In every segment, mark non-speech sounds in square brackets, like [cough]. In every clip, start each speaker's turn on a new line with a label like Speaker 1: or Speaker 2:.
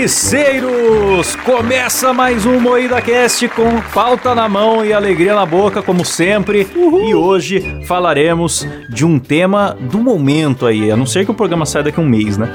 Speaker 1: Carniceiros! Começa mais um Moída Cast com pauta na mão e alegria na boca, como sempre. E hoje falaremos de um tema do momento aí, a não ser que o programa saia daqui a um mês, né?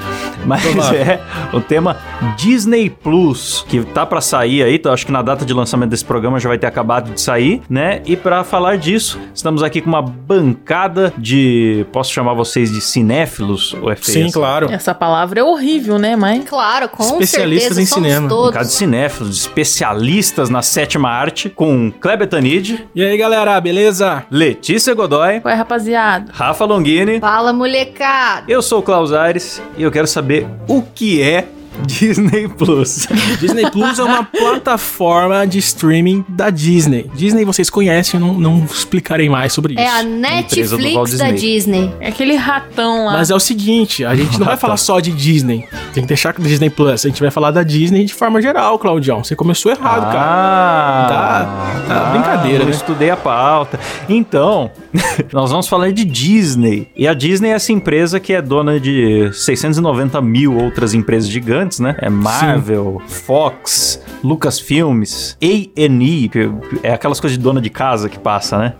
Speaker 1: Mas [laughs]
Speaker 2: Provável.
Speaker 1: é o tema Disney Plus, que tá pra sair aí, tá- acho que na data de lançamento desse programa já vai ter acabado de sair, né? E pra falar disso, estamos aqui com uma bancada de, posso chamar vocês de cinéfilos? Ou é feio
Speaker 2: Sim,
Speaker 1: essa
Speaker 2: claro.
Speaker 3: Essa palavra é horrível, né, mãe?
Speaker 4: Claro, com
Speaker 2: Especialistas
Speaker 4: certeza.
Speaker 2: em
Speaker 4: somos
Speaker 2: cinema.
Speaker 4: Todos.
Speaker 1: Mercado Um de cinéfilos, especialistas na sétima arte, com Kleber Tanid,
Speaker 2: E aí, galera, beleza?
Speaker 1: Letícia Godoy,
Speaker 3: Ué, é, rapaziada.
Speaker 1: Rafa Longini.
Speaker 4: Fala, molecada.
Speaker 1: Eu sou o Klaus Aires e eu quero saber o que é [laughs] Disney Plus.
Speaker 2: Disney Plus é [laughs] uma plataforma de streaming da Disney. Disney vocês conhecem, eu não, não explicarei mais sobre isso.
Speaker 4: É a
Speaker 1: Empresa do Walt
Speaker 4: Netflix da Disney.
Speaker 3: É aquele ratão lá.
Speaker 2: Mas é o seguinte, a gente não [laughs] vai falar só de Disney. Tem que deixar com o Disney Plus. A gente vai falar da Disney de forma geral, Claudião. Você começou errado,
Speaker 1: Ah, [laughs]
Speaker 2: cara. Tá- tá brincadeira,
Speaker 1: eu
Speaker 2: né?
Speaker 1: Ah, estudei a pauta. Então, [laughs] nós vamos falar de Disney. E a Disney é essa empresa que é dona de 690 mil outras empresas gigantes, né? É Marvel, Fox, Lucasfilmes, A&E, que é aquelas coisas de dona de casa que passa, né?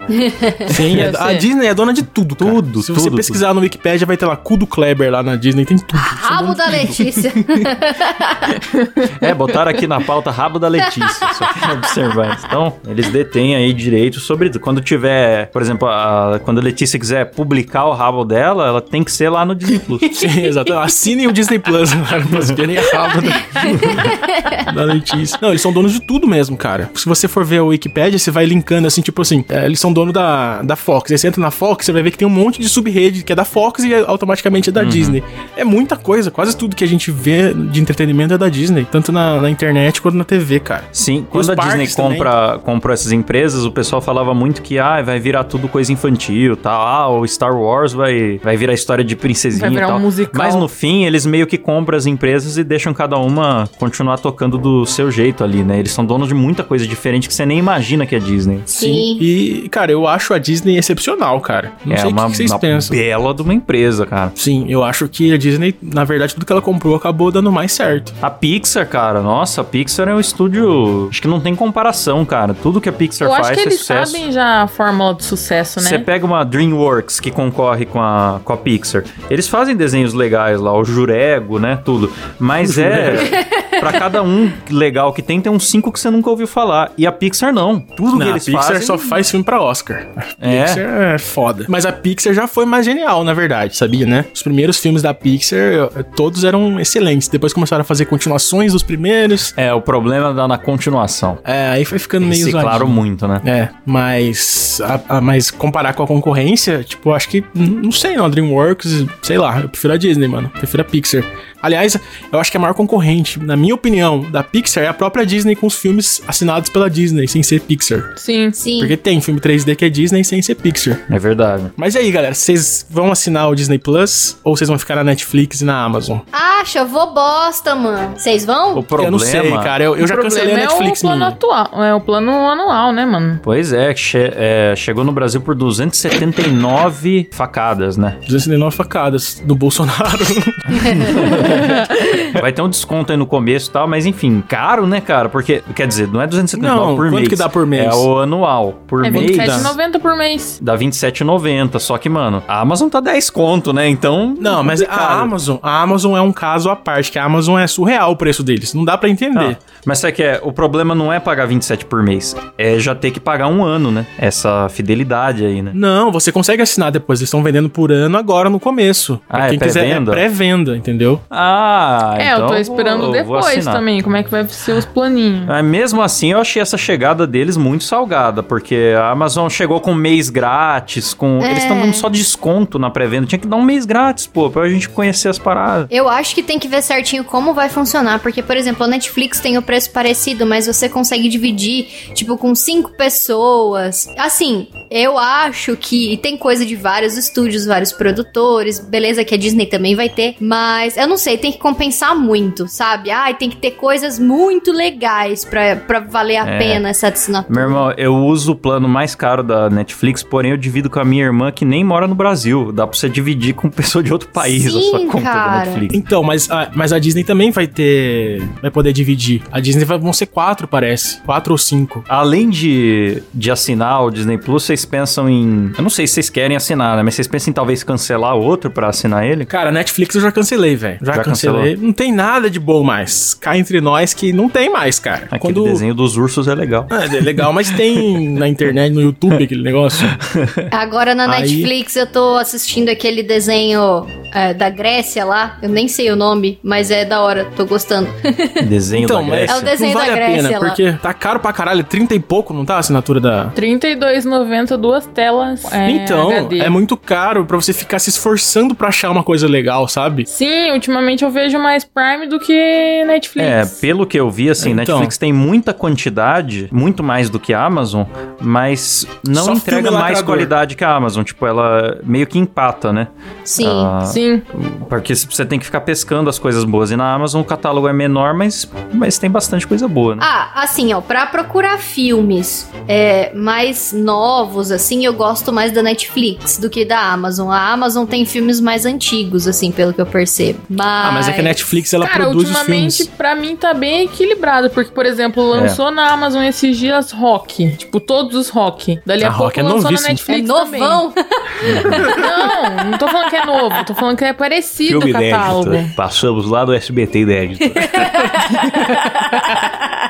Speaker 2: Sim, é-
Speaker 3: Eu
Speaker 2: a
Speaker 3: sei.
Speaker 2: Disney é dona de tudo, cara.
Speaker 1: Tudo,
Speaker 2: Se você
Speaker 1: tudo,
Speaker 2: pesquisar no Wikipedia, vai ter lá cu do Kleber lá na Disney, tem tudo.
Speaker 4: Rabo da Letícia.
Speaker 1: É, botaram aqui na pauta rabo da Letícia, só pra observar. Então, eles detêm aí direito sobre. Quando tiver, por exemplo, a- quando a Letícia quiser publicar o rabo dela, ela tem que ser lá no Disney Plus.
Speaker 2: Sim, exato. Assinem o Disney Plus, [laughs] cara. Mas que nem a raba da, da Letícia. Não, eles são donos de tudo mesmo, cara. Se você for ver a Wikipedia, você vai linkando assim, tipo assim, é, eles são dono da, da Fox. Aí você entra na Fox, você vai ver que tem um monte de sub-rede que é da Fox e é- automaticamente é
Speaker 1: Uhum.
Speaker 2: da Disney. É muita coisa, quase tudo que a gente vê de entretenimento é da Disney, tanto na, na internet quanto na TV, cara.
Speaker 1: Sim, quando a
Speaker 2: parques
Speaker 1: Disney
Speaker 2: também.
Speaker 1: compra, comprou essas empresas, o pessoal falava muito que ah, vai virar tudo coisa infantil, tal. Ah, o Star Wars vai, vai virar história de princesinha
Speaker 3: Vai virar
Speaker 1: e
Speaker 3: um
Speaker 1: tal.
Speaker 3: musical.
Speaker 1: Mas no fim, eles meio que compram as empresas e deixam cada uma continuar tocando do seu jeito ali, né? Eles são donos de muita coisa diferente que você nem imagina que é Disney.
Speaker 4: Sim.
Speaker 2: E, cara, eu acho a Disney excepcional, cara. Não
Speaker 1: é
Speaker 2: sei
Speaker 1: uma,
Speaker 2: o que que vocês
Speaker 1: uma
Speaker 2: pensam.
Speaker 1: bela de uma empresa, cara.
Speaker 2: Sim, eu acho que a Disney, na verdade, tudo que ela comprou acabou dando mais certo.
Speaker 1: A Pixar, cara, nossa, a Pixar é um estúdio. Acho que não tem comparação, cara. Tudo que a Pixar
Speaker 3: Eu
Speaker 1: faz
Speaker 3: acho que
Speaker 1: é
Speaker 3: eles
Speaker 1: sucesso.
Speaker 3: sabem já a fórmula do sucesso, né?
Speaker 1: Você pega uma DreamWorks que concorre com a, com a Pixar. Eles fazem desenhos legais lá, o Jurego, né? Tudo. Mas é. Pra cada um legal que tem, tem uns cinco que você nunca ouviu falar. E a Pixar não. Tudo que
Speaker 2: Não, a
Speaker 1: eles
Speaker 2: Pixar
Speaker 1: fazem.
Speaker 2: só faz filme pra Oscar. A
Speaker 1: É.
Speaker 2: Pixar é foda. Mas a Pixar já foi mais genial, na verdade, sabia, né? Os primeiros filmes da Pixar, eh, todos eram excelentes. Depois começaram a fazer continuações dos primeiros.
Speaker 1: É, o problema dá na continuação.
Speaker 2: É, aí foi ficando meio
Speaker 1: Reciclaram
Speaker 2: zoadinho.
Speaker 1: muito, né?
Speaker 2: É, mas, a, a- mas comparar com a concorrência, tipo, eu acho que, n- não sei não, a DreamWorks, sei lá, eu prefiro a Disney, mano, eu prefiro a Pixar. Aliás, eu acho que a maior concorrente, na minha opinião, da Pixar é a própria Disney com os filmes assinados pela Disney, sem ser Pixar.
Speaker 3: Sim.
Speaker 4: Sim.
Speaker 2: Porque tem filme 3D que é Disney sem ser Pixar.
Speaker 1: É verdade.
Speaker 2: Mas e aí, galera, vocês vão assinar o Disney Plus ou vocês vão ficar na Netflix e na Amazon?
Speaker 4: Acha, vou bosta, mano. Vocês vão?
Speaker 1: O problema.
Speaker 2: Eu não sei, cara. Eu, eu já
Speaker 3: O problema
Speaker 2: cancelei a Netflix,
Speaker 3: é o plano
Speaker 2: mano.
Speaker 3: atual, é o plano anual, né, mano?
Speaker 1: Pois é, che- é, chegou no Brasil por 279 facadas, né?
Speaker 2: 209 facadas do Bolsonaro. [laughs]
Speaker 1: Vai ter um desconto aí no começo e tal, mas enfim, caro, né, cara? Porque, quer dizer, não é 279
Speaker 2: Não,
Speaker 1: por mês.
Speaker 2: quanto que dá por mês?
Speaker 1: É o anual. Por
Speaker 3: é
Speaker 1: mês.
Speaker 3: R$27,90 por mês.
Speaker 1: Dá 27,90. Só que, mano, a Amazon tá 10 conto, né? Então.
Speaker 2: não, mas
Speaker 1: complicado.
Speaker 2: a Amazon, a Amazon é um caso à parte, que a Amazon é surreal o preço deles. Não dá pra entender.
Speaker 1: Ah, mas sabe que é? O problema não é pagar 27 por mês. É já ter que pagar um ano, né? Essa fidelidade aí, né?
Speaker 2: Não, você consegue assinar depois. Eles estão vendendo por ano agora no começo.
Speaker 1: Ah,
Speaker 2: Pra
Speaker 1: é
Speaker 2: quem quiser, é
Speaker 1: pré-venda?
Speaker 2: pré-venda, entendeu?
Speaker 1: Ah,
Speaker 3: é,
Speaker 1: então
Speaker 3: eu tô esperando
Speaker 1: vou- vou
Speaker 3: depois
Speaker 1: assinar.
Speaker 3: também, como é que vai ser os planinhos.
Speaker 1: Mas mesmo assim, eu achei essa chegada deles muito salgada, porque a Amazon chegou com mês grátis, com eles
Speaker 4: É.
Speaker 1: estão dando só desconto na pré-venda, tinha que dar um mês grátis, pô, pra gente conhecer as paradas.
Speaker 4: Eu acho que tem que ver certinho como vai funcionar, porque, por exemplo, a Netflix tem o preço parecido, mas você consegue dividir, tipo, com cinco pessoas. Assim, eu acho que e tem coisa de vários estúdios, vários produtores, beleza que a Disney também vai ter, mas eu não sei, tem que compensar muito, sabe? Ai, tem que ter coisas muito legais pra, pra valer a
Speaker 1: É.
Speaker 4: pena essa
Speaker 1: [laughs]
Speaker 4: assinatura.
Speaker 1: Meu irmão, eu uso o plano mais caro da Netflix, porém eu divido com a minha irmã que nem mora no Brasil. Dá pra você dividir com [laughs] pessoa de outro país a sua
Speaker 4: Sim,
Speaker 1: conta da
Speaker 4: cara.
Speaker 1: Netflix.
Speaker 2: Então, mas a, mas a Disney também vai ter. Vai poder dividir. A Disney vai, vão ser quatro, parece. Quatro ou cinco.
Speaker 1: Além de, de assinar o Disney Plus, vocês pensam em. Eu não sei se vocês querem assinar, né? Mas vocês pensam em talvez cancelar o outro pra assinar ele?
Speaker 2: Cara, Netflix eu já cancelei, velho. Já,
Speaker 1: Já
Speaker 2: cancelei. Não tem nada de bom mais. Cá entre nós que não tem mais, cara.
Speaker 1: Aquele desenho dos ursos é legal.
Speaker 2: Ah, é legal, mas tem na internet, no YouTube, aquele negócio.
Speaker 4: Agora na
Speaker 2: Aí-
Speaker 4: Netflix eu tô assistindo aquele desenho é, da Grécia lá, eu nem sei o nome, mas é da hora, tô gostando.
Speaker 1: Desenho
Speaker 2: Então,
Speaker 1: da
Speaker 2: mas
Speaker 1: Grécia.
Speaker 4: É o desenho
Speaker 2: não
Speaker 4: da
Speaker 2: vale
Speaker 4: Grécia
Speaker 2: a pena,
Speaker 4: lá.
Speaker 2: porque tá caro pra caralho, 30 e pouco, não tá a assinatura
Speaker 1: Ah.
Speaker 2: da...
Speaker 3: R$32,90, duas telas. é,
Speaker 2: então,
Speaker 3: HD.
Speaker 2: é muito caro pra você ficar se esforçando pra achar uma coisa legal, sabe?
Speaker 3: Sim, ultimamente eu vejo mais Prime do que
Speaker 1: É,
Speaker 3: Netflix.
Speaker 1: pelo que eu vi, assim,
Speaker 2: Então.
Speaker 1: Netflix tem muita quantidade, muito mais do que a Amazon, mas não
Speaker 2: Só
Speaker 1: entrega
Speaker 2: filme
Speaker 1: mais
Speaker 2: lacrador.
Speaker 1: qualidade que a Amazon. Tipo, ela meio que empata, né?
Speaker 4: Sim.
Speaker 1: Ah,
Speaker 3: Sim,
Speaker 1: Porque você tem que ficar pescando as coisas boas. E na Amazon o catálogo é menor, mas, mas tem bastante coisa boa, né?
Speaker 4: Ah, assim, ó, pra procurar filmes é, mais novos, assim, eu gosto mais da Netflix do que da Amazon. A Amazon tem filmes mais antigos, assim, pelo que eu percebo. Mas,
Speaker 2: Ah, mas é que a Netflix, ela
Speaker 3: cara,
Speaker 2: produz os
Speaker 3: ultimamente
Speaker 2: filmes. É.
Speaker 3: pra mim tá bem equilibrado, porque, por exemplo, lançou na Amazon esses dias rock, tipo, todos os rock. Dali a,
Speaker 2: Ah,
Speaker 3: pouco
Speaker 2: rock é
Speaker 3: lançou na
Speaker 2: novíssimo.
Speaker 4: é
Speaker 3: Netflix também.
Speaker 4: novão.
Speaker 3: Não, não tô falando que é novo, tô falando que é parecido o catálogo.
Speaker 1: Passamos lá do SBT inédito.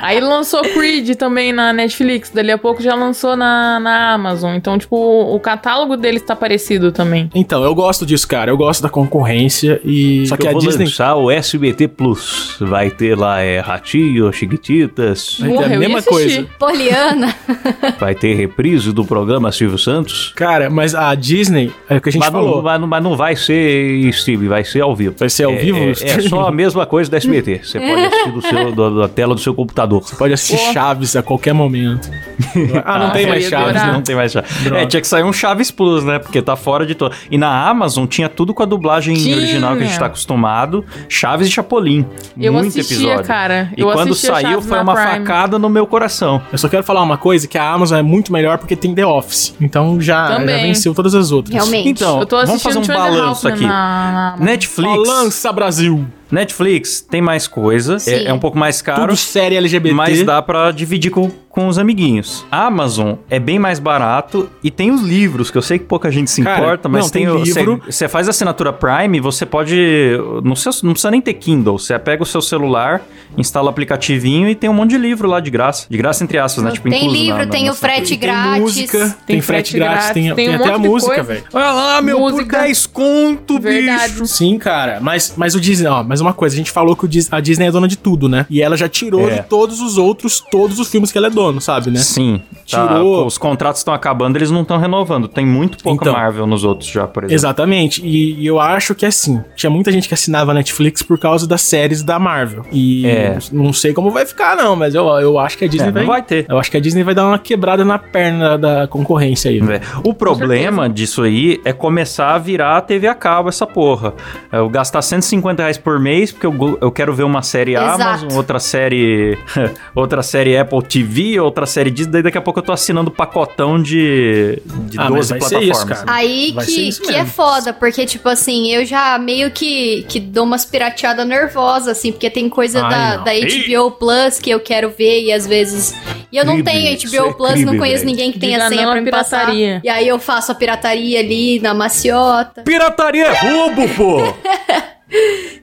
Speaker 3: Aí lançou Creed também na Netflix, dali a pouco já lançou na, na Amazon. Então, tipo, o, o catálogo deles tá parecido também.
Speaker 2: Então, eu gosto disso, cara. Eu gosto da concorrência e... Só que a Disney...
Speaker 1: lançar o SBT Plus. Vai ter lá é, Ratinho,
Speaker 2: [laughs]
Speaker 1: Chiquititas.
Speaker 2: Vai ter
Speaker 3: Morra,
Speaker 2: é a
Speaker 3: eu ia
Speaker 2: mesma
Speaker 3: assistir.
Speaker 2: coisa.
Speaker 4: [laughs] Poliana.
Speaker 1: vai ter reprise do programa Silvio Santos.
Speaker 2: Cara, mas a Disney, é o que a gente
Speaker 1: Mas não,
Speaker 2: falou.
Speaker 1: mas, não, mas não vai ser stream, vai ser ao vivo.
Speaker 2: Vai ser ao
Speaker 1: É,
Speaker 2: vivo?
Speaker 1: É,
Speaker 2: [laughs]
Speaker 1: é só a mesma coisa da SBT. Você
Speaker 3: [laughs]
Speaker 1: pode assistir do seu- do- da tela do seu computador.
Speaker 2: Pode assistir Chaves a qualquer momento. ah, [laughs] não
Speaker 3: Ah,
Speaker 2: tem
Speaker 3: eu
Speaker 2: mais
Speaker 3: ia
Speaker 2: Chaves,
Speaker 3: adorar.
Speaker 2: né?
Speaker 1: Não tem mais Chaves.
Speaker 2: Droga.
Speaker 1: É, tinha que sair um Chaves Plus, né? Porque tá fora de todo. E na Amazon tinha tudo com a dublagem
Speaker 3: Tinha.
Speaker 1: original que a gente tá acostumado. Chaves e Chapolin.
Speaker 3: Eu
Speaker 1: Muito
Speaker 3: assistia,
Speaker 1: episódio.
Speaker 3: cara.
Speaker 1: E
Speaker 3: eu
Speaker 1: quando
Speaker 3: assistia
Speaker 1: saiu
Speaker 3: Chaves
Speaker 1: foi
Speaker 3: na
Speaker 1: uma
Speaker 3: Prime.
Speaker 1: facada no meu coração.
Speaker 2: Eu só quero falar uma coisa, que a Amazon é muito melhor porque tem The Office. Então já, já
Speaker 3: Também.
Speaker 2: venceu todas as outras.
Speaker 4: Realmente.
Speaker 1: Então,
Speaker 3: Eu tô
Speaker 1: vamos
Speaker 3: assistindo
Speaker 1: fazer um
Speaker 3: Two and a Half
Speaker 1: balanço
Speaker 3: Men
Speaker 1: aqui.
Speaker 3: Na,
Speaker 4: Né?
Speaker 3: na...
Speaker 1: Netflix.
Speaker 2: Balança Brasil!
Speaker 1: Netflix tem mais coisa. É,
Speaker 4: Sim.
Speaker 1: é um pouco mais caro.
Speaker 2: Tudo série LGBT.
Speaker 1: Mas dá pra dividir com, com os amiguinhos. A Amazon é bem mais barato e tem os livros, que eu sei que pouca gente se
Speaker 2: Cara,
Speaker 1: importa, mas
Speaker 2: não,
Speaker 1: tem,
Speaker 2: tem
Speaker 1: o- cê-
Speaker 2: livro.
Speaker 1: Você faz assinatura Prime, você pode. Não, sei- não precisa nem ter Kindle. Você pega o seu celular, instala o aplicativinho e tem um monte de livro lá de graça. De graça, entre aspas, né? Tipo,
Speaker 4: tem
Speaker 1: incluso na-
Speaker 4: livro,
Speaker 1: na-
Speaker 4: tem
Speaker 1: na
Speaker 4: o frete
Speaker 2: tem
Speaker 4: grátis.
Speaker 2: música, tem, frete grátis, tem, tem
Speaker 3: um
Speaker 2: até
Speaker 3: monte
Speaker 2: a
Speaker 3: de
Speaker 2: música,
Speaker 3: coisa.
Speaker 2: velho.
Speaker 1: Olha lá, Ah, meu, por
Speaker 3: Música.
Speaker 1: 10 conto,
Speaker 3: Verdade.
Speaker 1: bicho.
Speaker 2: Sim, cara, mas, mas o Disney, ó, mais uma coisa, a gente falou que o Dis- a Disney é dona de tudo, né? E ela já tirou
Speaker 1: É.
Speaker 2: de todos os outros, todos os filmes que ela é dona, sabe, né?
Speaker 1: Sim, tá,
Speaker 2: Tirou.
Speaker 1: os contratos estão acabando, eles não estão renovando. Tem muito pouca
Speaker 2: Então.
Speaker 1: Marvel nos outros já, por exemplo.
Speaker 2: Exatamente, e, e eu acho que assim, tinha muita gente que assinava a Netflix por causa das séries da Marvel. E
Speaker 1: É.
Speaker 2: não sei como vai ficar, não, mas eu, eu acho que a Disney
Speaker 1: É, não vai ter.
Speaker 2: Eu acho que a Disney vai dar uma quebrada na perna da concorrência aí. né?
Speaker 1: É. O problema disso aí é começar a virar a TV a cabo, essa porra. É, Eu gastar 150 reais por mês, porque eu, go- eu quero ver uma série
Speaker 4: Exato.
Speaker 1: Amazon, outra série. [laughs] outra série Apple TV, outra série Disney, daí daqui a pouco eu tô assinando pacotão de, de
Speaker 2: Ah, mas
Speaker 1: 12
Speaker 2: vai ser isso,
Speaker 1: plataformas.
Speaker 2: cara.
Speaker 4: Aí
Speaker 2: Vai ser
Speaker 4: que,
Speaker 2: isso
Speaker 4: que é
Speaker 2: mesmo.
Speaker 4: foda, porque, tipo assim, eu já meio que, que dou umas pirateadas nervosas, assim, porque tem coisa
Speaker 2: Ai,
Speaker 4: da,
Speaker 2: não.
Speaker 4: da HBO Plus que eu quero ver e às vezes. E eu não
Speaker 1: Cribe,
Speaker 4: tenho
Speaker 1: isso é
Speaker 4: HBO Plus,
Speaker 1: cribe,
Speaker 4: não conheço
Speaker 1: velho.
Speaker 4: ninguém que tenha
Speaker 3: Diga
Speaker 4: senha
Speaker 3: não à
Speaker 4: pra me passar.
Speaker 3: pirataria.
Speaker 4: E aí eu faço a pirataria ali na maciota.
Speaker 1: Pirataria é roubo, pô!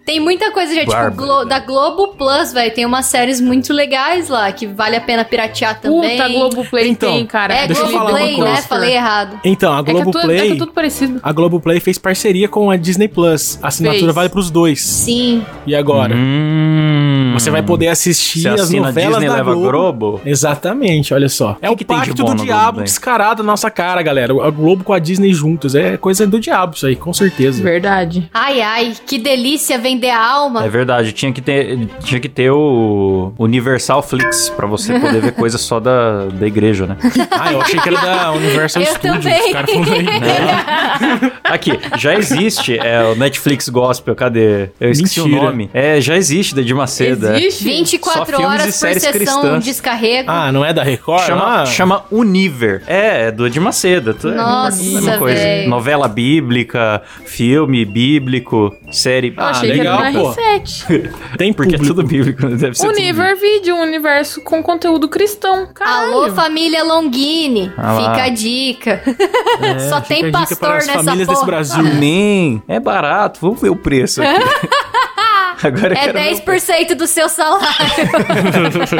Speaker 4: Tem muita coisa já, tipo,
Speaker 1: Bárbaro,
Speaker 4: Glo-
Speaker 1: né?
Speaker 4: da Globo Plus, velho. Tem umas séries muito legais lá que vale a pena piratear também.
Speaker 3: Puta, Globoplay
Speaker 2: Então,
Speaker 3: tem, cara.
Speaker 4: É
Speaker 2: Deixa eu falar uma
Speaker 4: Globoplay, né?
Speaker 2: coisa.
Speaker 4: Falei errado.
Speaker 2: [laughs] Então, a
Speaker 3: É que, é tudo, é que é
Speaker 2: Globoplay.
Speaker 3: tudo parecido.
Speaker 2: A Globoplay fez parceria com a Disney Plus. A assinatura
Speaker 3: Fez.
Speaker 2: vale pros dois.
Speaker 4: Sim.
Speaker 2: E agora?
Speaker 1: Hum,
Speaker 2: Você vai poder assistir
Speaker 1: Você
Speaker 2: as
Speaker 1: assina
Speaker 2: novelas
Speaker 1: Disney
Speaker 2: da
Speaker 1: leva
Speaker 2: Globo.
Speaker 1: Globo.
Speaker 2: Exatamente, olha só. É
Speaker 1: Que
Speaker 2: o
Speaker 1: que tem de
Speaker 2: pacto
Speaker 1: bom na
Speaker 2: do
Speaker 1: Globo,
Speaker 2: diabo
Speaker 1: hein?
Speaker 2: descarado na nossa cara, galera. A Globo com a Disney juntos. É coisa do diabo isso aí, com certeza.
Speaker 3: Verdade.
Speaker 4: Ai, ai, que delícia vender a alma.
Speaker 1: É verdade, tinha que ter, tinha que ter o Universal Flix pra você poder ver coisa só da, da igreja, né?
Speaker 2: Ah, eu achei que era da Universal
Speaker 4: Eu
Speaker 2: Studios.
Speaker 4: também.
Speaker 2: Os caras falando
Speaker 4: [laughs]
Speaker 2: aí.
Speaker 1: Aqui, já existe é, o Netflix Gospel, cadê? Eu esqueci
Speaker 2: Mentira.
Speaker 1: o nome. É, já existe da Edir Macedo. é.
Speaker 3: Existe?
Speaker 4: 24
Speaker 1: Só filmes e
Speaker 4: horas por
Speaker 1: séries
Speaker 4: sessão
Speaker 1: cristãs.
Speaker 4: descarrego.
Speaker 2: Ah, não é da Record?
Speaker 1: Chama,
Speaker 2: lá?
Speaker 1: chama Univer. É, é do Edir Macedo. tu- é
Speaker 4: Nossa,
Speaker 1: a mesma coisa.
Speaker 4: véi.
Speaker 1: Novela bíblica, filme bíblico, série.
Speaker 3: Eu
Speaker 1: Ah,
Speaker 3: achei
Speaker 2: legal,
Speaker 3: que era da
Speaker 2: pô.
Speaker 3: [laughs] R7.
Speaker 2: Tem
Speaker 1: porque é
Speaker 2: público.
Speaker 1: tudo bíblico, né? deve ser. tudo bíblico.
Speaker 3: Univer Video, um universo com conteúdo cristão. Caralho.
Speaker 4: Alô, família Longini.
Speaker 1: Ah lá.
Speaker 4: Fica a dica. [laughs] Só
Speaker 2: É, Fica a
Speaker 4: tem
Speaker 2: dica para
Speaker 4: pastor
Speaker 2: as
Speaker 4: nessa
Speaker 2: famílias desse
Speaker 4: porra.
Speaker 2: Brasil.
Speaker 1: Amém. É barato, vamos ver o preço
Speaker 3: [laughs]
Speaker 1: aqui. Agora eu
Speaker 4: É
Speaker 1: quero ver o
Speaker 4: 10% do
Speaker 2: [laughs]
Speaker 4: seu salário.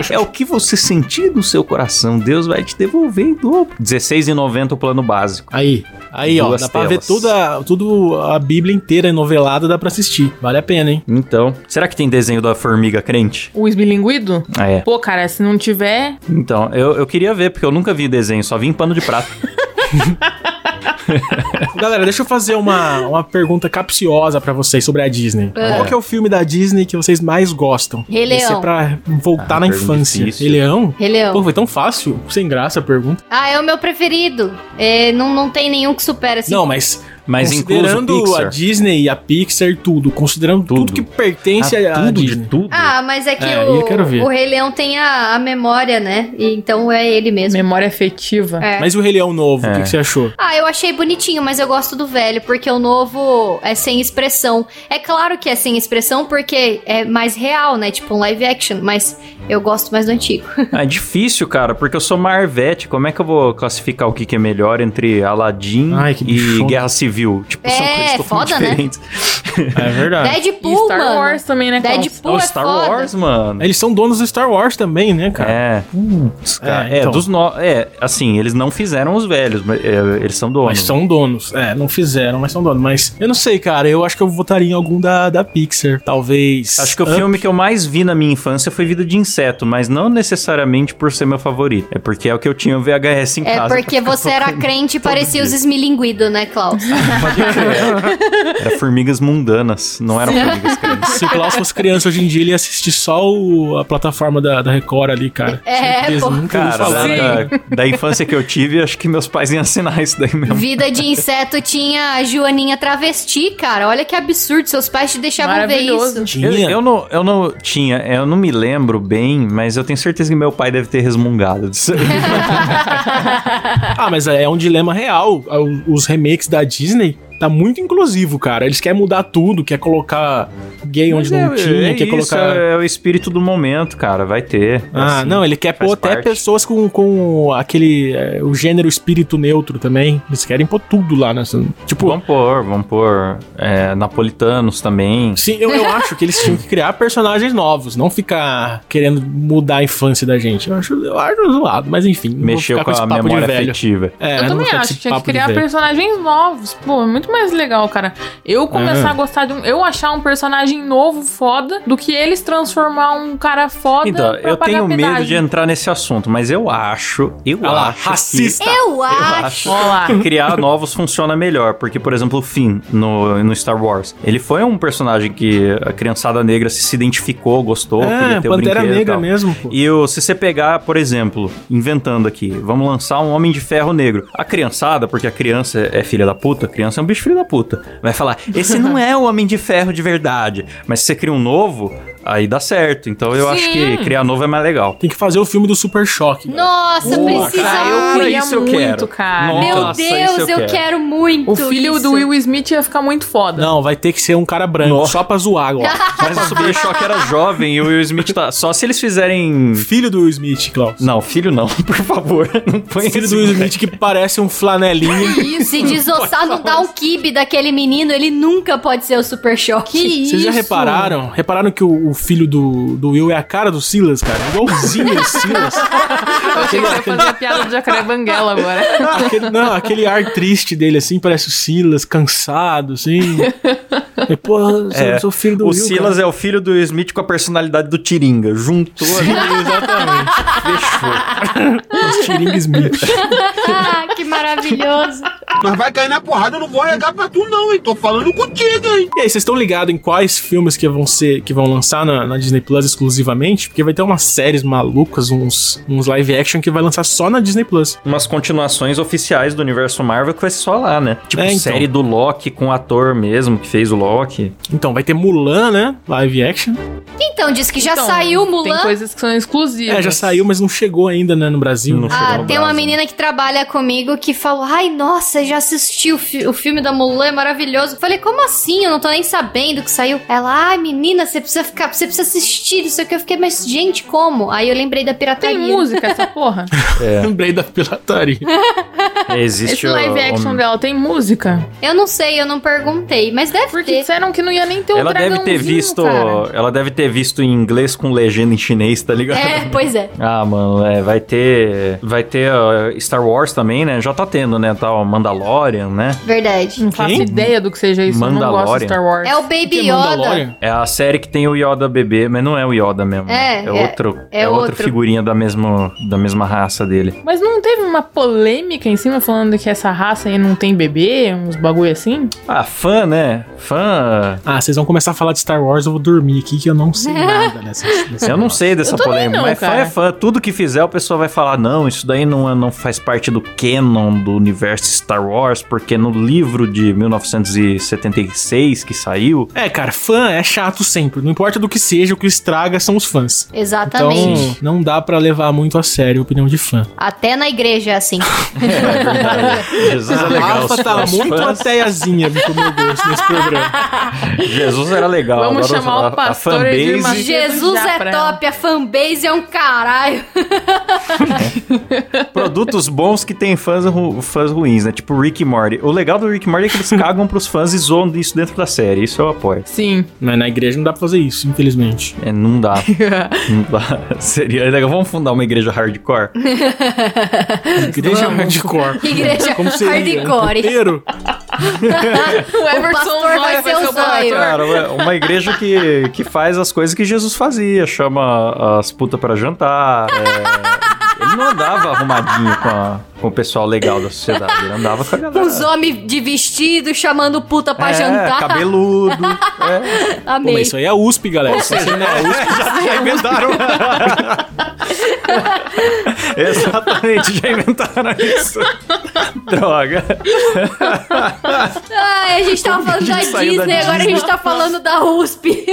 Speaker 1: É o que você sentir no seu coração, Deus vai te devolver em dobro. R$16,90 o plano básico.
Speaker 2: Aí, aí, ó.
Speaker 1: Duas
Speaker 2: Dá pra ver
Speaker 1: telas.
Speaker 2: toda, tudo a Bíblia inteira novelada, dá pra assistir. Vale a
Speaker 1: [laughs]
Speaker 2: pena, hein?
Speaker 1: Então, será que tem desenho da formiga crente?
Speaker 3: O esbilinguido?
Speaker 1: Ah, É.
Speaker 3: Pô, cara, se não tiver,
Speaker 1: Então, eu, eu queria ver, porque eu nunca vi desenho, só vi em pano de
Speaker 2: [laughs]
Speaker 1: prato.
Speaker 2: Galera, deixa eu fazer uma, uma pergunta capciosa pra vocês sobre a Disney.
Speaker 4: É.
Speaker 2: Qual que é o filme da Disney que vocês mais gostam?
Speaker 4: Rei
Speaker 2: Esse
Speaker 4: Leão.
Speaker 2: é pra voltar
Speaker 1: Ah,
Speaker 2: na
Speaker 1: pergunta
Speaker 2: infância.
Speaker 1: difícil.
Speaker 2: Rei Leão?
Speaker 4: Rei Leão.
Speaker 1: Então.
Speaker 2: Pô, foi tão fácil. Sem graça a pergunta.
Speaker 4: Ah, é o meu preferido. É, não, não tem nenhum que supera assim.
Speaker 2: Não, mas...
Speaker 1: Mas incluso
Speaker 2: considerando a
Speaker 1: Pixar.
Speaker 2: Disney, a Pixar, tudo. Considerando tudo,
Speaker 1: Tudo.
Speaker 2: que pertence
Speaker 1: Ah,
Speaker 2: é a, a
Speaker 1: tudo
Speaker 2: Disney.
Speaker 1: de tudo.
Speaker 4: Ah, mas é que
Speaker 2: É,
Speaker 4: o,
Speaker 2: eu quero ver.
Speaker 4: o Rei Leão tem a, a memória, né? E então é ele mesmo.
Speaker 3: memória afetiva.
Speaker 4: É.
Speaker 2: Mas e o Rei Leão novo, o
Speaker 1: É.
Speaker 2: que, que você achou?
Speaker 4: Ah, eu achei bonitinho, mas eu gosto do velho, porque o novo é sem expressão. É claro que é sem expressão, porque é mais real, né? Tipo um live action, mas eu gosto mais do antigo.
Speaker 1: Ah, é difícil, cara, porque eu sou Marvete. Como é que eu vou classificar o que, que é melhor entre Aladdin
Speaker 2: Ai, que
Speaker 1: e
Speaker 2: bichona.
Speaker 1: Guerra Civil? Tipo, são
Speaker 4: É,
Speaker 1: coisas totalmente
Speaker 4: foda, né?
Speaker 1: diferentes.
Speaker 2: É verdade.
Speaker 3: Ah, E
Speaker 4: Deadpool,
Speaker 3: Star
Speaker 4: mano.
Speaker 3: Wars também, né, Klaus?
Speaker 1: É o
Speaker 4: Deadpool é
Speaker 1: Star
Speaker 4: foda.
Speaker 1: Wars, mano.
Speaker 2: Eles são donos do Star Wars também, né, cara?
Speaker 1: É. Putz, cara.
Speaker 2: É,
Speaker 1: É,
Speaker 2: então.
Speaker 1: dos no... É, assim, eles não fizeram os velhos, mas é, eles são donos.
Speaker 2: Mas são donos. É, não fizeram, mas são donos. Mas eu não sei, cara. Eu acho que eu votaria em algum da, da Pixar. Talvez.
Speaker 1: Acho que o
Speaker 2: Up.
Speaker 1: filme que eu mais vi na minha infância foi Vida de Inseto, mas não necessariamente por ser meu favorito. É porque é o que eu tinha VHS em
Speaker 4: É
Speaker 1: casa.
Speaker 4: porque você era crente e parecia os esmilinguidos, né, Klaus? [laughs]
Speaker 1: Era formigas mundanas, não eram formigas
Speaker 2: [laughs]
Speaker 1: crentes.
Speaker 2: Se o Klaus fosse criança hoje em dia, ele ia assistir só o- a plataforma da, da Record ali, cara.
Speaker 4: É,
Speaker 2: Certeza,
Speaker 4: pô.
Speaker 2: nunca ouvi
Speaker 1: Cara,
Speaker 2: falar, né?
Speaker 3: Sim.
Speaker 1: da, da infância que eu tive, acho que meus pais iam assinar isso daí mesmo.
Speaker 4: Vida de inseto tinha a Joaninha travesti, cara. Olha que absurdo. Seus pais te deixavam ver
Speaker 3: Maravilhoso.
Speaker 4: isso.
Speaker 1: Eu,
Speaker 2: Tinha.
Speaker 1: eu não, eu não tinha, eu não me lembro bem, mas eu tenho certeza que meu pai deve ter resmungado disso.
Speaker 2: Ah, mas é um dilema real. O- Os remakes da Disney tá muito inclusivo, cara. Eles querem mudar tudo, quer colocar gay onde não
Speaker 1: Mas [laughs] é-
Speaker 2: tinha,
Speaker 1: é
Speaker 2: quer
Speaker 1: isso,
Speaker 2: colocar.
Speaker 1: É o espírito do momento, cara, vai ter.
Speaker 2: Ah,
Speaker 1: Assim,
Speaker 2: não, ele quer
Speaker 1: faz
Speaker 2: pôr até
Speaker 1: parte.
Speaker 2: pessoas com, com aquele. é, o gênero espírito neutro também. Eles querem pôr tudo lá nessa. Tipo,
Speaker 1: Vamos pôr, vamos pôr é, napolitanos também.
Speaker 2: sim, eu, eu acho que eles tinham que criar personagens novos, não ficar querendo mudar a infância da gente. Eu acho, eu acho zoado, mas enfim. não vou
Speaker 1: Mexeu
Speaker 2: ficar
Speaker 1: com, a
Speaker 2: esse papo de
Speaker 1: memória
Speaker 2: velho.
Speaker 1: afetiva.
Speaker 2: É, não
Speaker 3: eu
Speaker 2: vou
Speaker 3: também
Speaker 2: ficar com
Speaker 3: acho
Speaker 2: esse
Speaker 3: que tinha que
Speaker 2: papo de
Speaker 3: criar
Speaker 2: velho.
Speaker 3: personagens novos. Pô, é muito mais legal, cara. Eu começar
Speaker 2: É.
Speaker 3: a gostar de um. Eu achar um personagem novo foda do que eles transformar um cara foda.
Speaker 1: Então,
Speaker 3: pra
Speaker 1: eu
Speaker 3: pagar
Speaker 1: tenho medo
Speaker 3: pedágio.
Speaker 1: de entrar nesse assunto, mas eu acho, eu
Speaker 2: Olha lá,
Speaker 1: acho que-
Speaker 2: Ah, racista.
Speaker 4: Eu
Speaker 1: eu
Speaker 4: acho.
Speaker 1: acho
Speaker 3: Ó [laughs] lá.
Speaker 1: que [laughs] criar novos funciona melhor, porque, por exemplo, o Finn no, no Star Wars, ele foi um personagem que a criançada negra se, se identificou, gostou,
Speaker 2: É,
Speaker 1: queria ter o
Speaker 2: Pantera
Speaker 1: brinquedo e
Speaker 2: Negra
Speaker 1: tal.
Speaker 2: mesmo, pô.
Speaker 1: E o- se você pegar, por exemplo, inventando aqui, vamos lançar um Homem de Ferro Negro. A criançada, porque a criança é filha da puta, a criança é um bicho filho da puta, vai falar: esse não é o Homem de Ferro de verdade. Mas se você cria um novo, aí dá certo. Então eu acho
Speaker 3: Sim.
Speaker 1: que criar novo é mais legal.
Speaker 2: Tem que fazer o filme do Super Choque.
Speaker 4: Nossa,
Speaker 2: Pô,
Speaker 4: precisa
Speaker 3: cara, eu
Speaker 4: muito.
Speaker 3: queria muito, cara.
Speaker 4: Meu
Speaker 1: Nossa, isso
Speaker 4: Deus, eu, quero. muito.
Speaker 3: O filho
Speaker 4: isso.
Speaker 3: do Will Smith ia ficar muito foda.
Speaker 2: Não, vai ter que ser um cara branco,
Speaker 1: Nossa.
Speaker 2: só pra zoar
Speaker 1: [laughs]
Speaker 4: [laughs]
Speaker 2: agora.
Speaker 1: Mas o Super Choque era jovem e o Will Smith tá. Só se eles fizerem.
Speaker 2: Filho do Will Smith, Klaus.
Speaker 1: Não, filho não, [laughs] por favor. Não põe
Speaker 2: Filho
Speaker 1: esse [laughs]
Speaker 2: do Will Smith que parece um flanelinho.
Speaker 4: Se desossar não dá um kibe daquele menino, ele nunca pode ser o Super Choque.
Speaker 3: Que
Speaker 2: Vocês já
Speaker 3: isso?
Speaker 2: repararam? Repararam que o, o filho do, do Will é a cara do Silas, cara? Igualzinho
Speaker 1: [laughs]
Speaker 2: o Silas.
Speaker 3: Eu achei que você ia fazer a piada do Jacaré Banguela agora.
Speaker 2: Aquele- não, aquele ar triste dele, assim, parece o Silas,
Speaker 1: [laughs]
Speaker 2: cansado, assim. E, Pô, eu sou,
Speaker 1: É,
Speaker 2: sou filho do
Speaker 1: O
Speaker 2: Will,
Speaker 1: Silas é o filho do Smith com a personalidade do Tiringa. Juntou
Speaker 2: cara.
Speaker 1: ali,
Speaker 2: Sim, exatamente.
Speaker 1: fechou. é
Speaker 2: Os Tiringa Smith.
Speaker 4: Ah, [laughs] que maravilhoso.
Speaker 5: Mas vai cair na porrada, eu não vou arregar pra tu não, hein? Tô falando contigo, hein?
Speaker 2: E aí, vocês estão ligados em quais filmes que vão ser que vão lançar na, na Disney Plus exclusivamente? Porque vai ter umas séries malucas, uns, uns live action que vai lançar só na Disney Plus.
Speaker 1: Umas continuações oficiais do universo Marvel que vai ser só lá, né? Tipo,
Speaker 2: É, então.
Speaker 1: série do Loki com o ator mesmo que fez o Loki.
Speaker 2: Então, vai ter Mulan, né? Live action.
Speaker 4: Então, diz que já
Speaker 3: Então,
Speaker 4: saiu
Speaker 3: Tem
Speaker 4: Mulan.
Speaker 3: coisas que são exclusivas.
Speaker 2: É, já saiu, mas não chegou ainda, né, no Brasil.
Speaker 1: Não
Speaker 4: Ah,
Speaker 1: Chegou
Speaker 4: tem
Speaker 1: no
Speaker 4: uma
Speaker 1: Brasil.
Speaker 4: menina que trabalha comigo que falou: Ai, nossa, já assisti o, fi- o filme da Mulan, é maravilhoso. Falei, como assim? Eu não tô nem sabendo que saiu. Ela, ai, menina, você precisa ficar, você precisa assistir, não sei o que. Eu fiquei, mas, gente, como? Aí eu lembrei da pirataria.
Speaker 3: Tem música essa porra?
Speaker 2: [laughs] Lembrei da pirataria.
Speaker 1: Existe
Speaker 3: Esse live
Speaker 1: o-
Speaker 3: action dela tem música?
Speaker 4: Eu não sei, eu não perguntei, mas deve
Speaker 3: Porque
Speaker 4: ter.
Speaker 3: disseram que não ia nem ter é o
Speaker 1: Ela deve ter
Speaker 3: dragãozinho,
Speaker 1: visto.
Speaker 3: cara.
Speaker 1: Ela deve ter visto em inglês com legenda em chinês, tá ligado?
Speaker 4: É, pois é.
Speaker 1: [laughs] Ah, mano, é, vai ter. Vai ter ó, Star Wars também, né? Já tá tendo, né? Tal Mandalorian, né?
Speaker 4: Verdade.
Speaker 3: Não faço
Speaker 2: Quem?
Speaker 3: ideia do que seja isso. Eu não gosto de
Speaker 1: Mandalorian.
Speaker 3: Star Wars.
Speaker 4: É o
Speaker 2: Que é
Speaker 4: Baby Yoda.
Speaker 2: Mandalorian?
Speaker 1: É a série que tem o Yoda bebê, mas não é o Yoda mesmo. né?
Speaker 4: É,
Speaker 1: é
Speaker 4: é-
Speaker 1: outro. É,
Speaker 4: é
Speaker 1: outra
Speaker 4: outro.
Speaker 1: figurinha da, mesmo, da mesma raça dele.
Speaker 3: Mas não teve uma polêmica em cima falando que essa raça aí não tem bebê, uns bagulho assim?
Speaker 1: Ah, fã, né? Fã.
Speaker 2: Ah, vocês vão começar a falar de Star Wars, eu vou dormir aqui que eu não sei
Speaker 1: [laughs]
Speaker 2: nada nessa. nessa
Speaker 1: Eu não sei dessa
Speaker 3: [laughs] Eu também
Speaker 1: polêmica,
Speaker 3: não,
Speaker 1: mas fã
Speaker 3: cara.
Speaker 1: é fã. Tudo que fizer, o pessoal vai falar: não, isso daí não, é- não faz parte do canon do universo Star Wars, porque no livro de 1976 que
Speaker 3: [laughs]
Speaker 1: saiu,
Speaker 2: É, cara, fã é chato sempre. Não importa do que seja, o que estraga são os fãs. Então,
Speaker 4: Exatamente.
Speaker 2: não dá pra levar muito a sério a opinião de fã.
Speaker 4: Até na igreja é assim.
Speaker 1: Jesus é
Speaker 2: a
Speaker 1: legal.
Speaker 2: Rafa
Speaker 1: os
Speaker 2: tá
Speaker 1: fãs-
Speaker 2: muito
Speaker 1: fãs-
Speaker 2: ateiazinha pro meu gosto nesse programa.
Speaker 1: Jesus era legal.
Speaker 3: Vamos
Speaker 1: agora
Speaker 3: chamar
Speaker 1: a-
Speaker 3: o pastor
Speaker 1: A
Speaker 3: de
Speaker 1: fanbase.
Speaker 3: uma- Mas
Speaker 4: Jesus
Speaker 3: já pra
Speaker 4: é
Speaker 3: ela.
Speaker 4: top, a fanbase é um caralho.
Speaker 1: Produtos bons que tem fãs, ru- fãs ruins, né? Tipo Rick e Morty. O legal do Rick e Morty é que eles cagam pros fãs e zoam isso dentro da série. Isso eu apoio.
Speaker 3: [laughs] Sim.
Speaker 2: Mas na igreja não dá pra fazer isso, infelizmente.
Speaker 1: É, não dá. Não dá. [laughs] Seria legal. Vamos fundar uma igreja hardcore?
Speaker 2: Igreja é hardcore.
Speaker 4: Igreja
Speaker 2: Como seria? Um
Speaker 4: hardcore.
Speaker 2: puteiro?
Speaker 3: o Everson
Speaker 4: pastor
Speaker 3: Zoya
Speaker 4: vai ser o Zoya.
Speaker 3: pastor.
Speaker 1: Cara, uma- uma igreja que, que faz as coisas que Jesus fazia. Chama as putas pra jantar. é. Ele não andava arrumadinho com, a- com o pessoal legal da sociedade. Ele andava com a galera.
Speaker 4: Os homens de vestido chamando puta pra
Speaker 1: é,
Speaker 4: jantar.
Speaker 1: cabeludo. É.
Speaker 2: Pô,
Speaker 4: [laughs] Amei.
Speaker 2: mas isso aí é USP, galera. Isso aí não é USP.
Speaker 1: já inventaram.
Speaker 3: [laughs]
Speaker 1: [laughs] Exatamente, já inventaram isso. Droga.
Speaker 4: Ai, a gente tava falando da
Speaker 1: gente saiu
Speaker 4: Disney,
Speaker 1: da
Speaker 4: agora a gente tá falando da USP.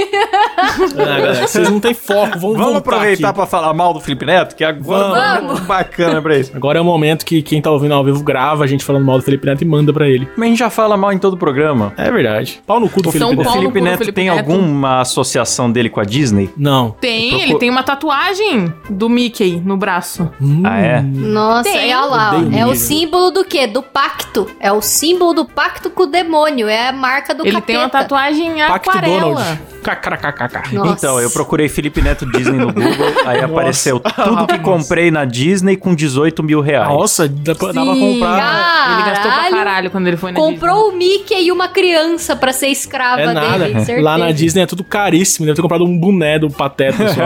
Speaker 2: Ah, galera, vocês não têm foco. Vamos,
Speaker 1: Vamos
Speaker 2: voltar
Speaker 1: aproveitar
Speaker 2: aqui.
Speaker 1: pra falar mal do Felipe Neto, que agora
Speaker 2: Vamos.
Speaker 1: é um momento bacana pra isso.
Speaker 2: Agora é o momento que quem tá ouvindo ao vivo grava a gente falando mal do Felipe Neto e manda pra ele.
Speaker 1: Mas a gente já fala mal em todo o programa.
Speaker 2: É verdade. Pau no cu do
Speaker 1: O
Speaker 2: Felipe
Speaker 1: Felipe,
Speaker 2: Neto.
Speaker 3: Paulo
Speaker 1: Felipe
Speaker 3: com o
Speaker 1: Neto
Speaker 3: Felipe
Speaker 1: tem
Speaker 3: Neto.
Speaker 1: alguma associação dele com a Disney?
Speaker 2: Não.
Speaker 3: Tem,
Speaker 1: Procura-
Speaker 3: ele tem uma tatuagem do Mickey no braço.
Speaker 2: Hum.
Speaker 1: Ah, é?
Speaker 4: Nossa,
Speaker 3: Tem.
Speaker 4: e olha lá, ó,
Speaker 2: Odeio
Speaker 4: é o
Speaker 2: milho.
Speaker 4: símbolo do quê? Do pacto. É o símbolo do pacto com o demônio, é a marca do
Speaker 3: ele
Speaker 4: capeta.
Speaker 3: tem uma tatuagem em
Speaker 2: Pac
Speaker 3: aquarela.
Speaker 2: Donald. KKKKK.
Speaker 4: Nossa.
Speaker 1: Então, eu procurei Felipe Neto Disney no Google, aí
Speaker 2: Nossa.
Speaker 1: apareceu tudo que comprei na Disney com 18 mil reais.
Speaker 2: Nossa, dá pra, dá pra
Speaker 3: Sim,
Speaker 2: comprar.
Speaker 3: cara, Ele gastou pra
Speaker 4: Caralho.
Speaker 3: Ah, caralho quando ele foi na
Speaker 4: Comprou o Mickey e uma criança pra ser escrava
Speaker 2: É nada.
Speaker 4: dele, certeza.
Speaker 2: Lá na Disney é tudo caríssimo. Deve ter comprado um boné do [laughs] Pateta só.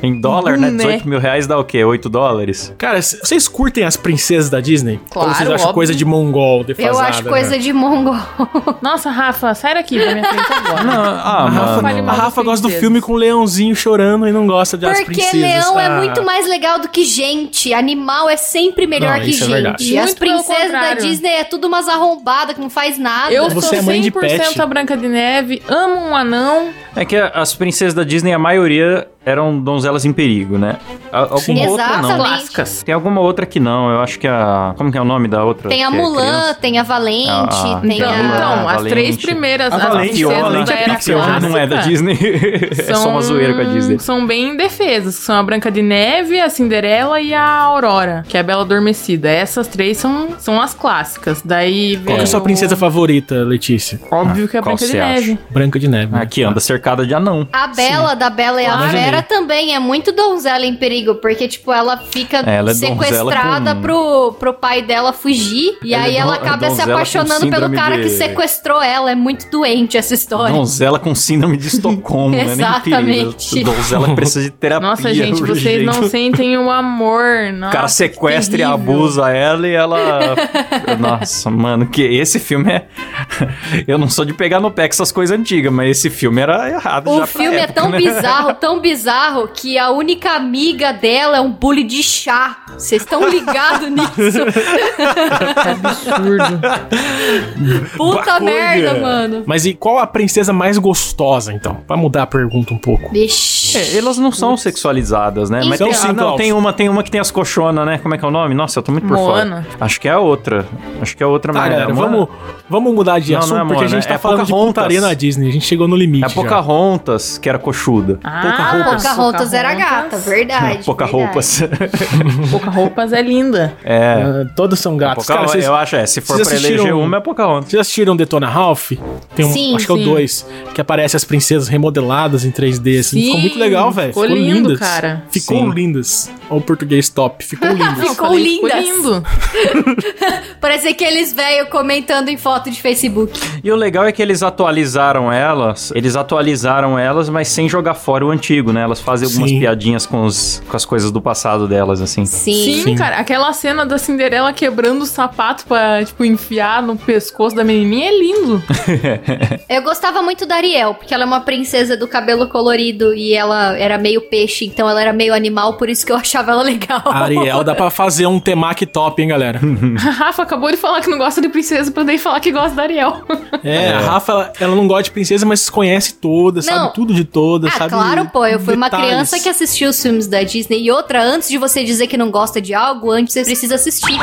Speaker 1: [laughs] em dólar, né?
Speaker 3: Né?
Speaker 1: 18 mil reais dá o quê? 8 dólares?
Speaker 2: Cara, c- vocês curtem as princesas da Disney?
Speaker 3: Claro,
Speaker 2: Ou vocês acham
Speaker 3: óbvio.
Speaker 2: coisa de né? mongol, defasada?
Speaker 4: Eu acho coisa de mongol.
Speaker 3: [laughs] Nossa, Rafa, sai daqui da minha frente [laughs] agora.
Speaker 1: Ah,
Speaker 2: A Rafa,
Speaker 3: Fale
Speaker 2: a
Speaker 3: mal
Speaker 2: Rafa
Speaker 3: das
Speaker 2: gosta do
Speaker 3: princesas.
Speaker 2: filme com o leãozinho chorando e não gosta de as
Speaker 4: Porque
Speaker 2: princesas.
Speaker 4: leão é
Speaker 2: Ah.
Speaker 4: muito mais legal do que gente. Animal é sempre melhor
Speaker 2: Não,
Speaker 4: que
Speaker 2: isso é
Speaker 4: gente.
Speaker 2: verdade.
Speaker 4: As
Speaker 3: Muito pelo
Speaker 4: princesas da
Speaker 3: contrário.
Speaker 4: Disney é tudo umas arrombadas que não faz nada.
Speaker 3: Eu
Speaker 2: Você
Speaker 3: sou
Speaker 2: é mãe de
Speaker 3: 100%
Speaker 2: pet.
Speaker 3: a Branca de Neve, amo um anão.
Speaker 1: É que as princesas da Disney, a maioria eram Donzelas em Perigo, né? A- Alguma
Speaker 2: Sim.
Speaker 1: outra não.
Speaker 4: Exatamente.
Speaker 3: Clássicas.
Speaker 1: Tem alguma outra que não. Eu acho que a. Como que é o nome da outra?
Speaker 4: Tem a
Speaker 1: que é
Speaker 4: Mulan,
Speaker 1: criança?
Speaker 4: tem a Valente,
Speaker 1: Ah,
Speaker 4: tem
Speaker 3: Então,
Speaker 1: a-
Speaker 3: então, as
Speaker 1: Valente.
Speaker 3: três primeiras.
Speaker 2: A
Speaker 3: as
Speaker 2: Valente,
Speaker 1: Fiona,
Speaker 3: princesas
Speaker 2: a Valente
Speaker 3: da
Speaker 2: é
Speaker 3: era
Speaker 2: Pixar,
Speaker 1: Ah, não é da
Speaker 2: [laughs]
Speaker 3: clássica
Speaker 1: Disney. [laughs] é só uma zoeira com a Disney.
Speaker 3: São bem indefesas. São a Branca de Neve, a Cinderela e a Aurora, que é a Bela Adormecida. Essas três são, são as clássicas. Daí
Speaker 2: Qual que é a sua princesa Ah, favorita, Letícia?
Speaker 3: Óbvio que é a
Speaker 1: Qual
Speaker 3: Branca de
Speaker 1: você acha?
Speaker 3: Neve.
Speaker 2: Branca de Neve. né?
Speaker 1: Aqui Ah, anda cercada de anão.
Speaker 4: A Bela da Bela e a
Speaker 2: Claro.
Speaker 4: Fera também é muito donzela em perigo, porque, tipo, ela fica
Speaker 1: Ela é donzela
Speaker 4: sequestrada
Speaker 1: com-
Speaker 4: pro, pro pai dela fugir, e
Speaker 1: Ela é
Speaker 4: aí
Speaker 1: don-
Speaker 4: ela
Speaker 1: é
Speaker 4: acaba se
Speaker 1: donzela com
Speaker 4: apaixonando pelo
Speaker 1: síndrome
Speaker 4: cara
Speaker 1: de-
Speaker 4: que sequestrou ela. É muito doente essa história.
Speaker 1: Donzela com síndrome de Estocolmo, né? Nem perigo.
Speaker 4: Exatamente.
Speaker 1: Donzela precisa de terapia.
Speaker 3: Nossa, gente, vocês
Speaker 1: urgente.
Speaker 3: não sentem o amor. Nossa,
Speaker 1: O cara sequestra e abusa ela e ela. [laughs] Nossa, mano, que esse filme é. [laughs] Eu não sou de pegar no pé com essas coisas antigas, mas esse filme era errado já
Speaker 4: O
Speaker 1: pra
Speaker 4: filme é
Speaker 1: época,
Speaker 4: tão
Speaker 1: né?
Speaker 4: bizarro, tão bizarro, que a única amiga dela é um bully de chá. Vocês estão
Speaker 1: [laughs]
Speaker 4: ligados nisso?
Speaker 3: Absurdo.
Speaker 4: Puta
Speaker 1: Bacurdia.
Speaker 4: merda, mano.
Speaker 2: [laughs] Mas e qual a princesa mais gostosa, então? Pra mudar a pergunta um pouco.
Speaker 4: Vixe.
Speaker 1: É, elas não são sexualizadas, né? Mas
Speaker 2: São
Speaker 4: Então,
Speaker 1: tem,
Speaker 2: sim,
Speaker 1: ah, não,
Speaker 2: Klaus.
Speaker 1: tem uma, tem uma que tem as coxonas, né? Como é que é o nome? Nossa, eu tô muito por
Speaker 3: Moana.
Speaker 1: fora. Acho que é a outra. Acho que é a outra,
Speaker 2: Tá,
Speaker 1: mas
Speaker 2: galera,
Speaker 1: a Moana-
Speaker 2: vamos, vamos mudar de
Speaker 1: Não,
Speaker 2: assunto,
Speaker 1: não é
Speaker 2: porque a
Speaker 1: Moana,
Speaker 2: gente tá
Speaker 1: é
Speaker 2: falando de
Speaker 1: Pocahontas.
Speaker 2: pontaria na Disney. A gente chegou no limite.
Speaker 1: É a
Speaker 2: já.
Speaker 1: Pocahontas, que era coxuda.
Speaker 3: Ah,
Speaker 2: Pocahontas.
Speaker 4: Pocahontas era gata,
Speaker 1: [laughs]
Speaker 4: verdade.
Speaker 1: Pouca
Speaker 4: verdade.
Speaker 1: roupas. [laughs]
Speaker 3: Pouca roupas é linda.
Speaker 2: Ah, todos são gatos. Cara,
Speaker 1: Pocahontas,
Speaker 2: vocês,
Speaker 1: eu acho, é. Se for
Speaker 2: vocês
Speaker 1: pra eleger
Speaker 2: assistiram- um?
Speaker 1: uma, é Pocahontas.
Speaker 2: vocês assistiram Detona Ralph? Tem um,
Speaker 4: Sim,
Speaker 2: acho que é o
Speaker 3: sim.
Speaker 2: 2, que aparece as princesas remodeladas em 3D. Assim.
Speaker 3: Sim,
Speaker 2: ficou muito legal, velho.
Speaker 3: ficou lindo,
Speaker 2: lindas.
Speaker 3: cara.
Speaker 2: Ficou
Speaker 1: Sim.
Speaker 2: lindas. Olha o português top.
Speaker 4: [laughs]
Speaker 2: Ficou lindas.
Speaker 4: Ficou
Speaker 3: Falei,
Speaker 4: lindas.
Speaker 3: lindo.
Speaker 4: Parece aqueles velho comentando em foto de Facebook.
Speaker 1: E o legal é que eles atualizaram elas, eles atualizaram elas, mas sem jogar fora o antigo, né? Elas fazem algumas
Speaker 2: Sim.
Speaker 1: piadinhas com, os, com as coisas do passado delas, assim.
Speaker 4: Sim.
Speaker 3: Sim,
Speaker 2: Sim.
Speaker 3: cara. Aquela cena da Cinderela quebrando o sapato pra, tipo, enfiar no pescoço da menininha é lindo.
Speaker 4: Eu gostava muito da Ariel, porque ela é uma princesa do cabelo colorido e ela era meio peixe, então ela era meio animal, por isso que eu achava ela legal.
Speaker 1: Ah,
Speaker 2: A Ariel, dá pra fazer um temaki top,
Speaker 1: [laughs]
Speaker 2: hein, galera?
Speaker 3: A Rafa acabou de falar que não gosta de princesa pra daí falar que gosta da Ariel.
Speaker 2: É, a Rafa, ela, ela não gosta de princesa, mas conhece todas,
Speaker 4: Não.
Speaker 2: sabe tudo de todas,
Speaker 4: Ah,
Speaker 2: sabe?
Speaker 4: claro, pô. Eu fui uma
Speaker 2: detalhes.
Speaker 4: criança que assistiu os filmes da Disney. E outra, antes de você dizer que não gosta de algo, antes você precisa assistir.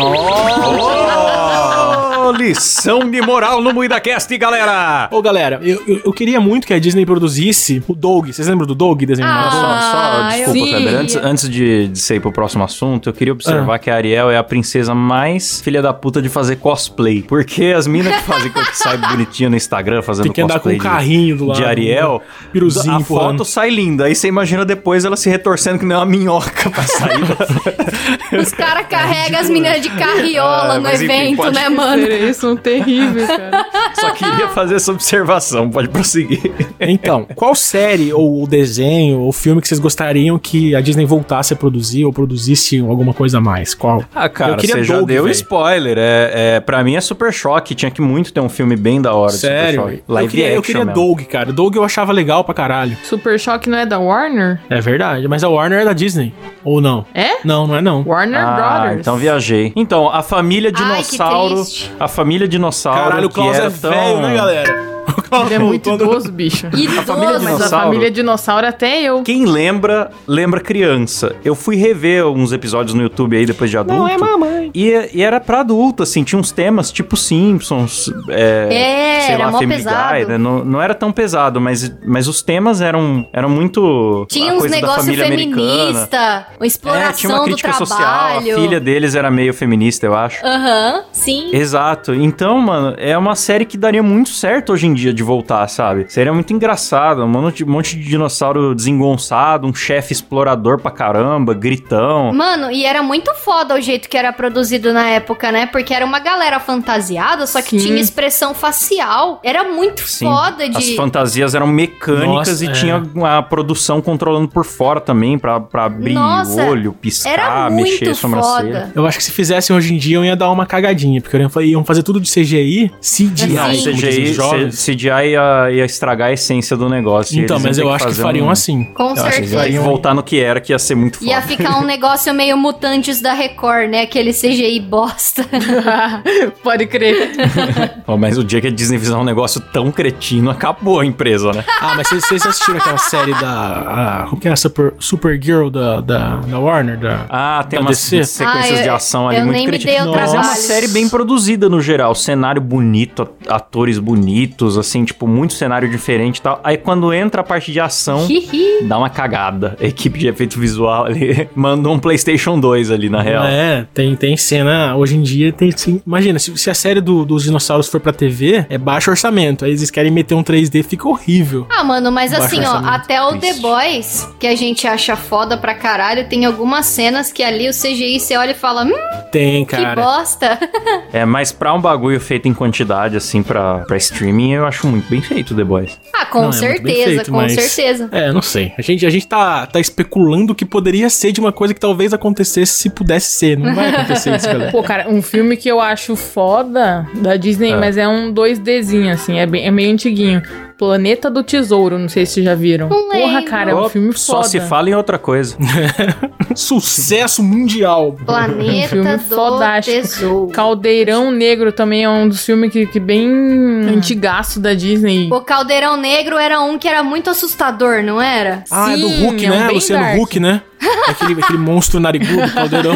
Speaker 1: Oh, lição de moral no MuidaCast, galera!
Speaker 2: Ô, galera, eu, eu, eu queria muito que a Disney produzisse o Doug. Vocês lembram do Doug, desenho
Speaker 4: Ah,
Speaker 2: animado?
Speaker 1: Só, só,
Speaker 4: Ah,
Speaker 1: desculpa,
Speaker 3: eu
Speaker 1: Kleber,
Speaker 3: vi.
Speaker 1: antes, antes de, de sair pro próximo assunto, eu queria
Speaker 2: Ah.
Speaker 1: observar que a Ariel é a princesa mais filha da puta de fazer cosplay. Porque as minas que fazem [laughs] que sai bonitinha no Instagram fazendo
Speaker 2: Tem que andar com
Speaker 1: cosplay
Speaker 2: um
Speaker 1: de-
Speaker 2: carrinho do lado.
Speaker 1: de Ariel,
Speaker 2: um piruzinho
Speaker 1: a
Speaker 2: empurrando.
Speaker 1: foto sai linda. Aí você imagina depois ela se retorcendo que nem uma minhoca pra sair.
Speaker 4: [laughs] Os caras carregam as meninas de carriola
Speaker 1: Ah,
Speaker 4: no
Speaker 1: mas enfim,
Speaker 4: evento,
Speaker 1: pode
Speaker 4: né, [laughs] mano?
Speaker 3: Sério, Isso é um terrível, cara.
Speaker 1: Só queria fazer essa observação, pode prosseguir.
Speaker 2: Então, qual série ou desenho ou filme que vocês gostariam que a Disney voltasse a produzir ou produzisse alguma coisa a mais? Qual?
Speaker 1: Ah,
Speaker 2: Eu
Speaker 1: cara,
Speaker 2: queria
Speaker 1: você já
Speaker 2: Doug,
Speaker 1: deu
Speaker 2: véi.
Speaker 1: spoiler. É, é, pra mim é Super Choque. Tinha que muito ter um filme bem da hora. de Super
Speaker 2: Sério?
Speaker 1: Choque.
Speaker 2: Eu
Speaker 1: Live
Speaker 2: queria, eu
Speaker 1: action
Speaker 2: queria
Speaker 1: mesmo.
Speaker 2: Doug, cara. Doug eu achava legal pra caralho.
Speaker 3: Super Choque não é da Warner?
Speaker 2: É verdade, mas a Warner é da Disney. Ou não?
Speaker 3: É?
Speaker 2: Não, não é não.
Speaker 3: Warner
Speaker 1: Ah,
Speaker 3: Brothers.
Speaker 1: então viajei. Então, a família
Speaker 4: que
Speaker 1: dinossauro.
Speaker 4: triste.
Speaker 1: a família dinossauro.
Speaker 2: Caralho, o Klaus
Speaker 1: que
Speaker 2: é
Speaker 1: era tão...
Speaker 2: velho, né, galera? O Klaus
Speaker 3: Ele é muito
Speaker 2: voltando-
Speaker 3: idoso, bicho.
Speaker 1: família
Speaker 4: Idoso.
Speaker 3: Mas a
Speaker 1: Dinossauro.
Speaker 3: família dinossauro até eu.
Speaker 1: Quem lembra, lembra criança. Eu fui rever uns episódios no YouTube aí depois de adulto.
Speaker 2: Não é mamãe.
Speaker 1: E, e era pra adulto, assim, tinha uns temas tipo Simpsons, é,
Speaker 4: É,
Speaker 1: sei
Speaker 4: era
Speaker 1: lá,
Speaker 4: mó
Speaker 1: Family
Speaker 4: pesado.
Speaker 1: Guy, né? não, não era tão pesado, mas, mas os temas eram, eram muito...
Speaker 4: Tinha
Speaker 1: a
Speaker 4: uns
Speaker 1: coisa da
Speaker 4: negócios
Speaker 1: família americana.
Speaker 4: feministas, uma
Speaker 1: É, tinha uma
Speaker 4: exploração do
Speaker 1: crítica social, a
Speaker 4: trabalho.
Speaker 1: filha deles era meio feminista, eu acho.
Speaker 4: Aham, sim.
Speaker 1: Exato. Então, mano, é uma série que daria muito certo hoje em dia de voltar, sabe? Seria muito engraçado. Um monte, um monte de dinossauro desengonçado, um chefe explorador pra caramba, gritão.
Speaker 4: Mano, e era muito foda o jeito que era produzido na época, né? Porque era uma galera fantasiada, só que
Speaker 3: Sim.
Speaker 4: tinha expressão facial. Era muito
Speaker 1: Sim,
Speaker 4: foda de.
Speaker 1: As fantasias eram mecânicas
Speaker 2: Nossa,
Speaker 1: e
Speaker 2: é.
Speaker 1: tinha a produção controlando por fora também, pra, pra abrir
Speaker 4: Nossa,
Speaker 1: o olho, piscar,
Speaker 4: Era
Speaker 1: ah, mexer a
Speaker 4: muito
Speaker 1: sobrancelha.
Speaker 4: foda.
Speaker 2: Eu acho que se fizessem hoje em dia, eu ia dar uma cagadinha, porque eu ia- iam fazer tudo de CGI, CGI,
Speaker 1: Ah,
Speaker 4: Sim.
Speaker 2: como dizem os
Speaker 1: CGI,
Speaker 2: jovens.
Speaker 1: C- CGI ia, ia estragar a essência do negócio.
Speaker 2: Então,
Speaker 1: Eles iam
Speaker 2: mas
Speaker 1: ter
Speaker 2: eu acho que
Speaker 1: fazer
Speaker 2: fariam
Speaker 1: um-
Speaker 2: assim.
Speaker 4: Com
Speaker 2: Eu acho que
Speaker 1: Eles iam [laughs]
Speaker 4: certeza.
Speaker 1: voltar no que era, que ia ser muito foda.
Speaker 4: Ia ficar um negócio meio mutantes da Record, né? Aquele CGI bosta.
Speaker 3: [laughs] Pode crer.
Speaker 1: Ó, mas o dia que a Disney fizer um negócio tão cretino, acabou a empresa, né?
Speaker 2: Ah, mas vocês vocês assistiram aquela série da. A, como que é a Super, Supergirl da, da, da Warner? Da,
Speaker 1: Ah, tem
Speaker 2: Da
Speaker 1: umas
Speaker 2: DC?
Speaker 1: sequências
Speaker 4: Ah, eu-
Speaker 1: de ação ali
Speaker 4: eu
Speaker 1: muito
Speaker 4: nem me dei
Speaker 1: cretinas.
Speaker 4: ao
Speaker 1: Mas é uma
Speaker 4: trabalho.
Speaker 1: série bem produzida no geral. Cenário bonito, at- atores bonitos, assim, tipo, muito cenário diferente e tal. Aí quando entra a parte de ação,
Speaker 4: [laughs] Hihi.
Speaker 1: dá uma cagada. A equipe de efeito visual ali [laughs] mandou um PlayStation 2 ali, na real.
Speaker 2: É, tem, tem cena. Hoje em dia tem sim. Imagina, se, se a série do- dos dinossauros for pra TV, é baixo orçamento. Aí eles querem meter um 3D, fica horrível.
Speaker 4: Ah, mano, mas
Speaker 2: Baixo
Speaker 4: assim, ó,
Speaker 2: orçamento,
Speaker 4: até o The
Speaker 1: triste.
Speaker 4: Boys, que a gente acha foda pra caralho, tem algumas cenas que ali o CGI você olha e fala, hum,
Speaker 2: Tem,
Speaker 4: que
Speaker 2: cara.
Speaker 4: bosta. [laughs]
Speaker 1: É, mas pra um bagulho feito em quantidade, assim, pra, pra streaming, eu acho muito bem feito The Boys.
Speaker 4: Ah, com
Speaker 2: Não, é muito bem
Speaker 4: certeza,
Speaker 2: feito,
Speaker 4: com
Speaker 2: mas-
Speaker 4: certeza.
Speaker 2: É, não sei. A gente, a gente tá, tá especulando o que poderia ser de uma coisa que talvez acontecesse se pudesse ser. Não vai acontecer isso,
Speaker 3: [laughs]
Speaker 2: galera.
Speaker 3: Pô, cara, um filme que eu acho foda da Disney, mas é um 2Dzinho, assim, é, bem- é meio antiguinho. Planeta do Tesouro, não sei se vocês já viram.
Speaker 4: Não
Speaker 3: Porra,
Speaker 4: lembro.
Speaker 3: cara, é um
Speaker 1: Ó,
Speaker 3: filme
Speaker 1: Só
Speaker 3: foda.
Speaker 1: se fala em outra coisa.
Speaker 2: Sucesso mundial.
Speaker 4: Planeta
Speaker 3: filme
Speaker 4: do
Speaker 3: fodástico.
Speaker 4: Tesouro.
Speaker 3: Caldeirão Negro também é um dos filmes que, que bem antigaço da Disney.
Speaker 4: O Caldeirão Negro era um que era muito assustador, não era?
Speaker 2: Ah, é do
Speaker 3: Sim,
Speaker 2: Hulk,
Speaker 3: é um
Speaker 2: né?
Speaker 3: bem
Speaker 2: Luciano
Speaker 3: dark.
Speaker 2: Hulk, né? Aquele, aquele monstro narigudo, caldeirão.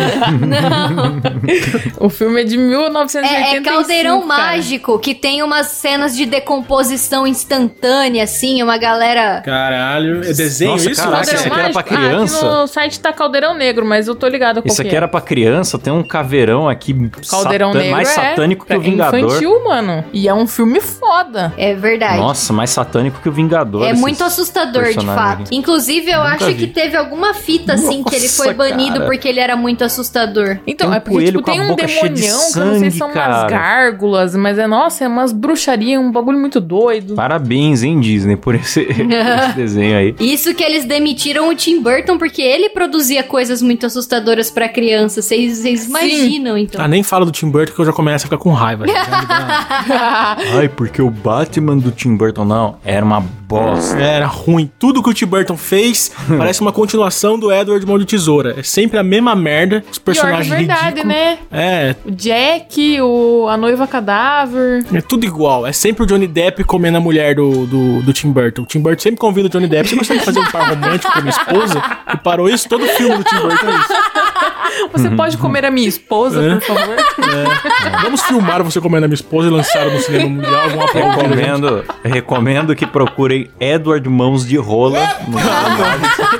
Speaker 3: O filme é de
Speaker 4: É,
Speaker 3: 1985,
Speaker 4: é Caldeirão
Speaker 3: cara.
Speaker 4: Mágico, que tem umas cenas de decomposição instantânea, assim, uma galera.
Speaker 2: Caralho, é desenho
Speaker 1: Nossa,
Speaker 2: isso?
Speaker 1: caraca,
Speaker 3: Caldeirão
Speaker 1: isso aqui era pra
Speaker 3: Mágico? Ah,
Speaker 1: criança?
Speaker 3: aqui no site tá Caldeirão Negro, mas eu tô ligado qual
Speaker 1: Isso
Speaker 3: que
Speaker 1: aqui
Speaker 3: é.
Speaker 1: era pra criança, tem um caveirão aqui
Speaker 3: Caldeirão
Speaker 1: satan-
Speaker 3: Negro
Speaker 1: mais
Speaker 3: é
Speaker 1: satânico que
Speaker 3: pra-
Speaker 1: o Vingador.
Speaker 3: infantil, mano. E é um filme foda.
Speaker 4: É verdade.
Speaker 1: Nossa, mais satânico que o Vingador.
Speaker 4: É
Speaker 1: esses
Speaker 4: muito assustador, de
Speaker 1: personagens
Speaker 4: fato.
Speaker 1: aqui.
Speaker 4: Inclusive, eu
Speaker 1: Nunca
Speaker 4: acho que
Speaker 1: vi.
Speaker 4: teve alguma fita, assim, que ele foi
Speaker 1: Nossa,
Speaker 4: banido
Speaker 1: cara.
Speaker 4: porque ele era muito assustador.
Speaker 3: Então,
Speaker 1: Tem um
Speaker 3: é porque,
Speaker 1: coelho
Speaker 3: tipo,
Speaker 1: com a
Speaker 3: tem um
Speaker 1: boca cheia de
Speaker 3: demonião, que eu não sei
Speaker 1: sangue,
Speaker 3: se são umas
Speaker 1: cara.
Speaker 3: gárgulas, mas é, nossa, é umas bruxarias, um bagulho muito doido. [laughs]
Speaker 1: Parabéns, hein, Disney, por
Speaker 4: [laughs]
Speaker 1: esse, por esse desenho aí.
Speaker 4: Isso que eles demitiram o Tim Burton porque ele produzia coisas muito assustadoras pra criança. Vocês vocês imaginam, então.
Speaker 2: Ah, nem fala do Tim Burton que eu já começo a ficar com raiva.
Speaker 3: [laughs]
Speaker 2: já. Já me dá-
Speaker 3: é
Speaker 1: Ai, porque o Batman do Tim Burton, não, era uma bosta.
Speaker 2: Era ruim. Tudo que o Tim
Speaker 1: [laughs]
Speaker 2: Burton fez parece uma continuação do Edward Mão de Tesoura. É sempre a mesma merda, os
Speaker 3: Pior que
Speaker 2: personagens
Speaker 3: verdade,
Speaker 2: ridículos.
Speaker 3: né?
Speaker 2: É,
Speaker 3: O Jack, o, a noiva cadáver.
Speaker 2: é tudo igual. É sempre o Johnny Depp comendo a mulher do, do, do Tim Burton. O Tim Burton sempre convida o Johnny Depp. Você consegue fazer um par romântico com a minha esposa? E parou isso? Todo filme do Tim Burton é isso.
Speaker 1: Uhum,
Speaker 3: Você pode comer a minha esposa,
Speaker 2: É.
Speaker 3: por favor?
Speaker 2: Vamos filmar você comendo a minha esposa e lançaram no cinema mundial alguma propaganda.
Speaker 1: Recomendo, recomendo que procurem Edward Mãos de Rola. no Amazon.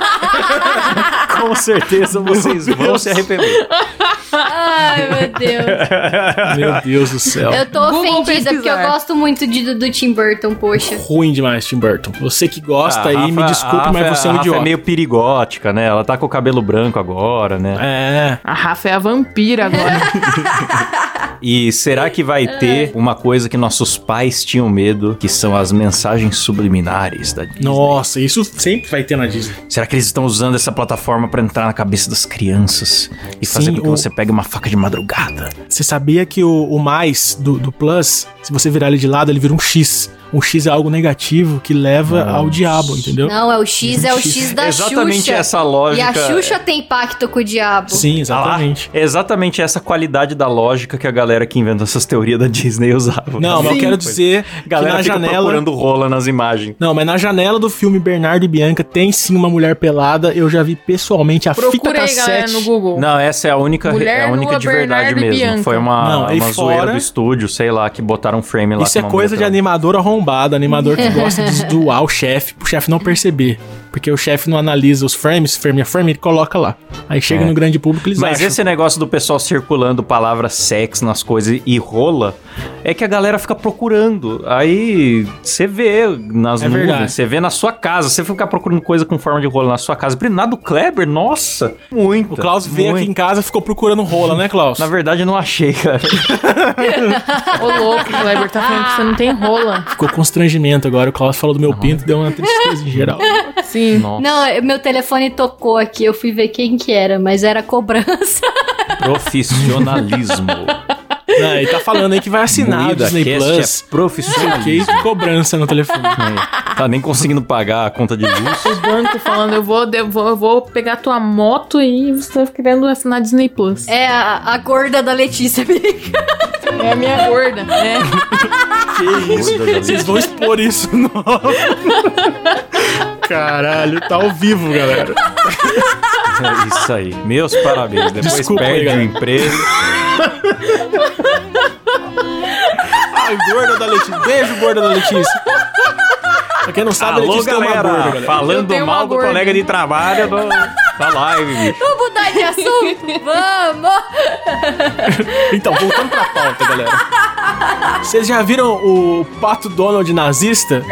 Speaker 1: Com certeza vocês vão se arrepender.
Speaker 3: Ah.
Speaker 4: Ai, meu Deus.
Speaker 2: Meu Deus do céu.
Speaker 4: Eu tô
Speaker 3: Google
Speaker 4: ofendida
Speaker 3: pesquisar.
Speaker 4: porque eu gosto muito de- do Tim Burton, poxa.
Speaker 2: Ruim demais, Tim Burton. Você que gosta aí,
Speaker 1: A
Speaker 2: me
Speaker 1: Ah, Rafa-
Speaker 2: desculpe,
Speaker 1: a Rafa-
Speaker 2: mas você é
Speaker 1: a
Speaker 2: um
Speaker 1: Rafa
Speaker 2: idiota.
Speaker 1: é meio perigótica, né? Ela tá com o cabelo branco agora, né?
Speaker 2: É.
Speaker 3: A Rafa é
Speaker 1: [laughs]
Speaker 3: a vampira agora.
Speaker 1: E será que vai
Speaker 4: É.
Speaker 1: ter uma coisa que nossos pais tinham medo, que são as mensagens subliminares da Disney?
Speaker 2: Nossa, isso sempre vai ter na Disney.
Speaker 1: Será que eles estão usando essa plataforma pra entrar na cabeça das crianças e
Speaker 2: Sim,
Speaker 1: fazer com que
Speaker 2: o-
Speaker 1: você pegue uma faca de madrugada?
Speaker 2: Você sabia que o, o mais do, do Plus, se você virar ele de lado, ele vira um X. Um X é algo negativo que leva ao diabo, entendeu?
Speaker 4: Não, é o X, é o X da
Speaker 1: Exatamente
Speaker 4: Xuxa.
Speaker 1: essa lógica.
Speaker 4: E a Xuxa tem pacto com o diabo.
Speaker 2: Sim,
Speaker 1: Ah lá,
Speaker 2: exatamente.
Speaker 1: é exatamente essa qualidade da lógica que a galera que inventa essas teorias da Disney usava.
Speaker 2: Não, mas eu
Speaker 1: Sim.
Speaker 2: quero dizer
Speaker 1: A galera
Speaker 2: que na
Speaker 1: fica
Speaker 2: janela.
Speaker 1: procurando rola nas imagens.
Speaker 2: Não, mas na janela do filme Bernardo e Bianca tem sim uma mulher pelada. Eu já vi pessoalmente a fita
Speaker 3: Procura
Speaker 1: tá
Speaker 3: aí, galera,
Speaker 2: cassete.
Speaker 3: no Google.
Speaker 1: Não, essa é a única,
Speaker 3: Mulher
Speaker 1: é a única
Speaker 3: nua,
Speaker 1: de verdade
Speaker 3: Bernardo e
Speaker 1: mesmo.
Speaker 3: Bianca.
Speaker 1: Foi uma,
Speaker 2: Não, e
Speaker 1: uma zoeira
Speaker 2: fora-
Speaker 1: do estúdio, sei lá, que botaram um frame lá.
Speaker 2: Isso é
Speaker 1: com uma
Speaker 2: coisa de
Speaker 1: mulher
Speaker 2: animador arrombado, animador que gosta de zoar o chefe, pro chefe não perceber. Porque o chefe não analisa os frames, frame a frame, ele coloca lá. Aí chega
Speaker 1: É.
Speaker 2: no grande público, eles
Speaker 1: Mas
Speaker 2: acham.
Speaker 1: esse negócio do pessoal circulando palavra sexo nas coisas e rola é que a galera fica procurando. Aí você vê nas
Speaker 2: É verdade.
Speaker 1: nuvens, você vê na sua casa, você ficar procurando coisa com forma de rola na sua casa. Brinado Kleber, nossa, muito.
Speaker 2: O Klaus veio aqui em casa e ficou procurando rola, né, Klaus?
Speaker 1: Na verdade, eu não achei, cara.
Speaker 3: Ô, louco, o Kleber tá falando que você não tem rola.
Speaker 2: Ficou constrangimento agora. O Klaus falou do meu pinto, deu uma tristeza em geral.
Speaker 1: [laughs]
Speaker 3: Sim.
Speaker 1: Nossa,
Speaker 4: Não, eu- meu telefone tocou aqui, eu fui ver quem que era, mas era cobrança.
Speaker 2: [laughs]
Speaker 1: profissionalismo.
Speaker 2: Não, ele tá falando aí que vai assinar
Speaker 1: Moída
Speaker 2: o Disney
Speaker 1: Cast
Speaker 2: Plus.
Speaker 1: É
Speaker 2: Que
Speaker 1: profissionalismo.
Speaker 2: cobrança no telefone.
Speaker 1: É, Tá nem conseguindo pagar a conta de
Speaker 2: [laughs]
Speaker 1: luz.
Speaker 3: O banco falando, eu vou, eu vou, eu vou pegar tua moto e você tá querendo assinar Disney Plus.
Speaker 4: [laughs] É a, a gorda da Letícia.
Speaker 3: [laughs] É a minha gorda, né?
Speaker 1: Que
Speaker 2: Vocês vão expor isso no. [laughs] Caralho, tá ao vivo, galera.
Speaker 1: É isso aí. Meus parabéns. Depois
Speaker 2: Desculpa aí,
Speaker 1: perde o
Speaker 2: galera.
Speaker 1: emprego.
Speaker 2: Ai, gorda da Letícia. Beijo, gorda da Letícia. Pra quem não sabe, a
Speaker 1: Alô,
Speaker 2: Letícia
Speaker 1: galera.
Speaker 2: tem uma gorda, né? galera.
Speaker 3: Eu
Speaker 1: Falando
Speaker 3: tenho uma
Speaker 1: mal do
Speaker 3: gorda.
Speaker 1: colega de trabalho do, da live, bicho.
Speaker 4: Vamos mudar de assunto? Vamos!
Speaker 2: Então, voltando pra pauta, galera. Vocês já viram o Pato Donald [laughs] nazista?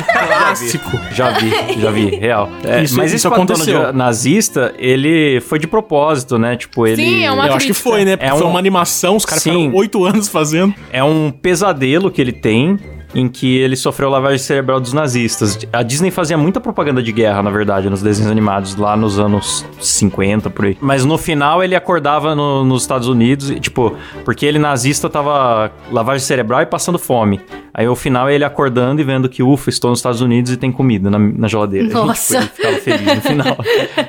Speaker 2: Clássico.
Speaker 1: Já vi, já vi, real. É,
Speaker 2: Isso-
Speaker 1: mas esse
Speaker 2: isso
Speaker 1: patrono
Speaker 2: aconteceu.
Speaker 1: de nazista, ele foi de propósito, né? Tipo, ele.
Speaker 3: Sim, é uma-
Speaker 2: Eu acho que foi, né? Porque
Speaker 1: É
Speaker 2: foi
Speaker 1: um-
Speaker 2: uma animação, os caras
Speaker 1: Sim.
Speaker 2: ficaram oito anos fazendo.
Speaker 1: é um pesadelo que ele tem em que ele sofreu lavagem cerebral dos nazistas. A Disney fazia muita propaganda de guerra, na verdade, nos desenhos animados lá nos anos 50 por aí. Mas no final ele acordava no- nos Estados Unidos, e, tipo, porque ele nazista tava lavagem cerebral e passando fome. Aí no final ele acordando e vendo que ufa, estou nos Estados Unidos e tem comida na, na geladeira. [laughs] E,
Speaker 4: Nossa.
Speaker 1: tipo, ele ficava feliz no
Speaker 4: [laughs]
Speaker 1: final.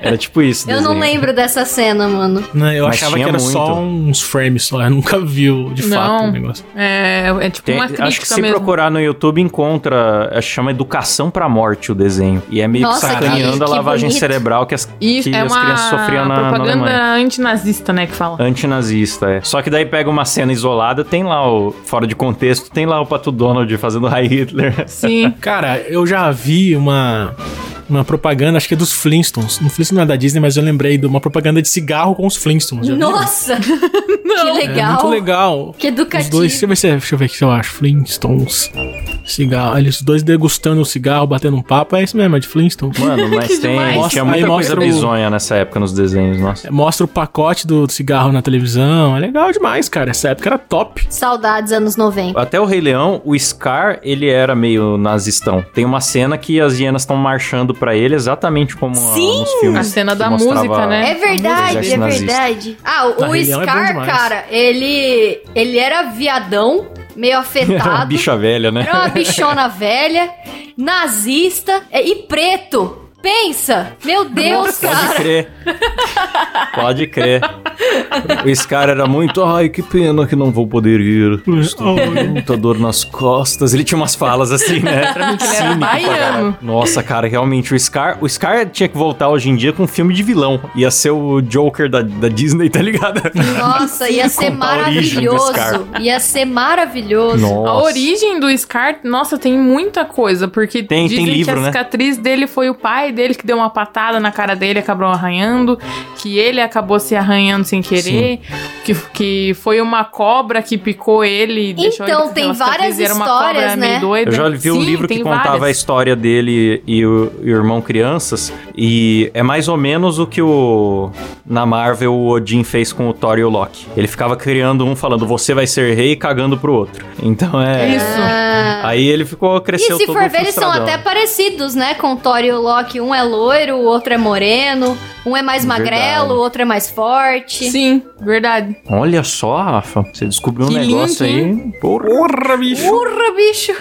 Speaker 1: Era tipo isso.
Speaker 4: Eu não
Speaker 1: desenho.
Speaker 4: lembro dessa cena, mano.
Speaker 2: Né, eu
Speaker 1: Mas
Speaker 2: achava que
Speaker 1: tinha
Speaker 2: era
Speaker 1: muito.
Speaker 2: só uns frames só. Eu nunca vi o- de fato
Speaker 3: Não.
Speaker 2: o negócio.
Speaker 3: É, é tipo
Speaker 1: Tem-
Speaker 3: uma crítica
Speaker 1: acho que se
Speaker 3: mesmo.
Speaker 1: procurar no YouTube encontra, acho que chama Educação pra Morte o desenho. E é meio
Speaker 4: Nossa,
Speaker 1: que sacaneando
Speaker 4: que-
Speaker 1: a
Speaker 4: que
Speaker 1: lavagem
Speaker 4: bonito.
Speaker 1: cerebral que as,
Speaker 3: Isso
Speaker 1: que
Speaker 3: é
Speaker 1: as
Speaker 3: uma
Speaker 1: crianças sofriam na, na
Speaker 3: propaganda
Speaker 1: Alemanha.
Speaker 3: antinazista, né,
Speaker 1: [laughs]
Speaker 3: que fala.
Speaker 1: Antinazista, é. Só que daí pega uma cena isolada, tem lá o. Fora de contexto, tem lá o Pato Donald fazendo High
Speaker 3: [laughs]
Speaker 1: Hitler.
Speaker 3: Sim.
Speaker 2: Cara, eu já vi uma. Uma propaganda, acho que é dos Flintstones. No Flintstones não é da Disney, mas eu lembrei de uma propaganda de cigarro com os Flintstones. já viu?
Speaker 4: Nossa! Que
Speaker 2: É
Speaker 4: legal!
Speaker 2: muito legal.
Speaker 4: Que
Speaker 2: Os
Speaker 4: educativo.
Speaker 2: dois, deixa eu ver se, deixa eu ver aqui se eu acho. Flintstones. Cigarro. Eles dois degustando o cigarro, batendo um papo. É isso mesmo, é de Flintstones.
Speaker 1: Mano, mas tem.
Speaker 3: demais.
Speaker 1: Tinha
Speaker 2: Aí
Speaker 1: muita coisa
Speaker 2: mostra o-
Speaker 1: bizonha nessa época nos desenhos, nossa.
Speaker 2: É, Mostra o pacote do cigarro na televisão. É legal demais, cara. Essa época era top.
Speaker 4: Saudades anos 90.
Speaker 1: Até o Rei Leão, o Scar, ele era meio nazistão. Tem uma cena que as hienas estão marchando pra ele exatamente como a-
Speaker 4: Sim!
Speaker 1: nos filmes.
Speaker 3: A cena
Speaker 1: que
Speaker 3: da
Speaker 1: mostrava-
Speaker 3: música, né?
Speaker 4: É verdade,
Speaker 1: Exército
Speaker 4: é
Speaker 1: nazista.
Speaker 4: verdade. Ah,
Speaker 1: Tá
Speaker 2: Ah,
Speaker 4: o
Speaker 2: Rei Leão é bom
Speaker 4: Scar,
Speaker 2: demais.
Speaker 4: cara, ele ele era viadão, meio
Speaker 1: [laughs] Era uma
Speaker 4: afetado.
Speaker 1: bicha velha, né?
Speaker 4: Era uma bichona velha, nazista é, e preto. Pensa! Meu Deus,
Speaker 1: Pode
Speaker 4: cara!
Speaker 1: crer. Pode crer. Esse cara era muito. Ai, que pena que não vou poder ir. Estou com muita dor nas costas. Ele tinha umas falas assim, né?
Speaker 3: [laughs]
Speaker 1: Era muito
Speaker 3: ele era baiano.
Speaker 1: Nossa, cara, realmente o Scar. O Scar tinha que voltar hoje em dia com um filme de vilão. Ia ser o Joker da, da Disney, tá ligado? [laughs]
Speaker 4: Nossa, ia ser
Speaker 1: Contar a origem do
Speaker 4: maravilhoso. Ia ser maravilhoso.
Speaker 3: A origem do Scar, nossa, tem muita coisa, porque
Speaker 1: Tem- tem
Speaker 3: dizem
Speaker 1: livro,
Speaker 3: que a
Speaker 1: né?
Speaker 3: cicatriz dele foi o pai dele que deu uma patada na cara dele, e acabou arranhando, que ele acabou se arranhando sem querer, que, que foi uma cobra que picou ele e deixou ele
Speaker 4: Então,
Speaker 3: com
Speaker 4: tem
Speaker 3: aquela cicatriz,
Speaker 4: várias
Speaker 3: era uma
Speaker 4: histórias,
Speaker 3: cobra meio
Speaker 4: né?
Speaker 3: doida.
Speaker 1: Eu já vi um
Speaker 3: Sim,
Speaker 1: livro que
Speaker 3: tem
Speaker 1: contava a
Speaker 3: várias.
Speaker 1: história dele e o, e o irmão crianças. E é mais ou menos o que o na Marvel o Odin fez com o Thor e o Loki. Ele ficava criando um falando, você vai ser rei, e cagando pro outro. Então é.
Speaker 3: Isso.
Speaker 4: Ah.
Speaker 1: Aí ele ficou, cresceu
Speaker 4: E se
Speaker 1: todo
Speaker 4: for ver, eles são
Speaker 1: frustradão.
Speaker 4: até parecidos, né? Com o Thor e o Loki. Um é loiro, o outro é moreno. Um é mais
Speaker 1: Verdade.
Speaker 4: magrelo, o outro é mais forte.
Speaker 3: Sim, verdade.
Speaker 1: Olha só, Rafa, você descobriu um
Speaker 3: Que
Speaker 1: negócio
Speaker 3: link,
Speaker 1: aí. Porra,
Speaker 2: Porra, bicho!
Speaker 4: Porra, bicho!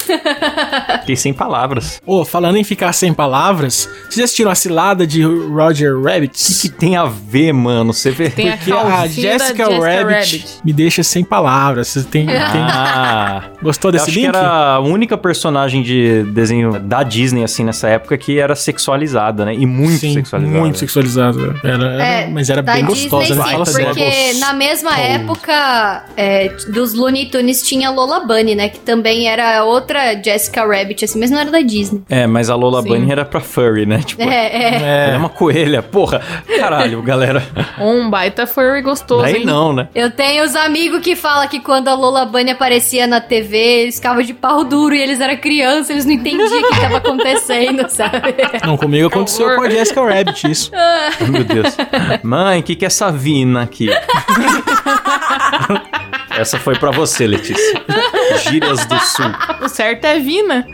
Speaker 1: fiquei sem palavras.
Speaker 2: Ô, falando em ficar sem palavras, vocês já assistiram a cilada de Roger Rabbit?
Speaker 1: O que, que tem a ver, mano? Você vê.
Speaker 3: Tem
Speaker 2: Porque
Speaker 3: a
Speaker 2: a
Speaker 3: calcinha da
Speaker 2: Jessica Rabbit, me deixa sem palavras. Você tem, tem-
Speaker 1: [laughs] Ah,
Speaker 2: Gostou
Speaker 1: Eu
Speaker 2: desse
Speaker 1: acho
Speaker 2: link?
Speaker 1: que era a única personagem de desenho da Disney, assim, nessa época, que era sexualizada, né? E muito
Speaker 2: Sim,
Speaker 1: sexualizada.
Speaker 2: Muito sexualizada. Era,
Speaker 4: É,
Speaker 2: mas era
Speaker 4: Da
Speaker 2: bem
Speaker 4: Disney,
Speaker 2: gostosa. né?
Speaker 4: sim,
Speaker 2: Fala sério.
Speaker 4: porque na mesma época é, dos Looney Tunes tinha Lola Bunny, né? Que também era outra Jessica Rabbit, assim, mas não era da Disney. [laughs]
Speaker 1: É, mas a Lola
Speaker 3: Sim.
Speaker 1: Bunny era pra furry, né? Tipo,
Speaker 4: É, é.
Speaker 1: ela é uma coelha. Porra, caralho, galera.
Speaker 3: Um baita furry gostoso,
Speaker 1: Daí
Speaker 3: hein?
Speaker 1: não,
Speaker 4: [laughs]
Speaker 1: né?
Speaker 4: Eu tenho os amigos que falam que quando a Lola Bunny aparecia na TV, eles ficavam de pau duro e eles eram criança, eles não entendiam o que tava acontecendo, [laughs] sabe?
Speaker 2: Não, comigo aconteceu
Speaker 3: horror.
Speaker 2: com a Jessica Rabbit, isso.
Speaker 4: [laughs]
Speaker 1: Ai, Meu Deus. Mãe, o que, que é essa vina aqui? Essa foi pra você, Letícia. Gírias do Sul.
Speaker 3: [laughs] O certo é Vina.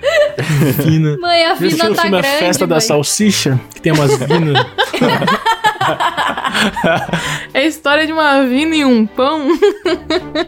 Speaker 2: Vina.
Speaker 4: Mãe, a
Speaker 2: Viu
Speaker 4: Vina
Speaker 2: o
Speaker 4: tá
Speaker 2: um filme A
Speaker 4: grande.
Speaker 2: Festa da
Speaker 4: mãe.
Speaker 2: Salsicha? Que tem umas vinas.
Speaker 3: É a história de uma vina e um pão.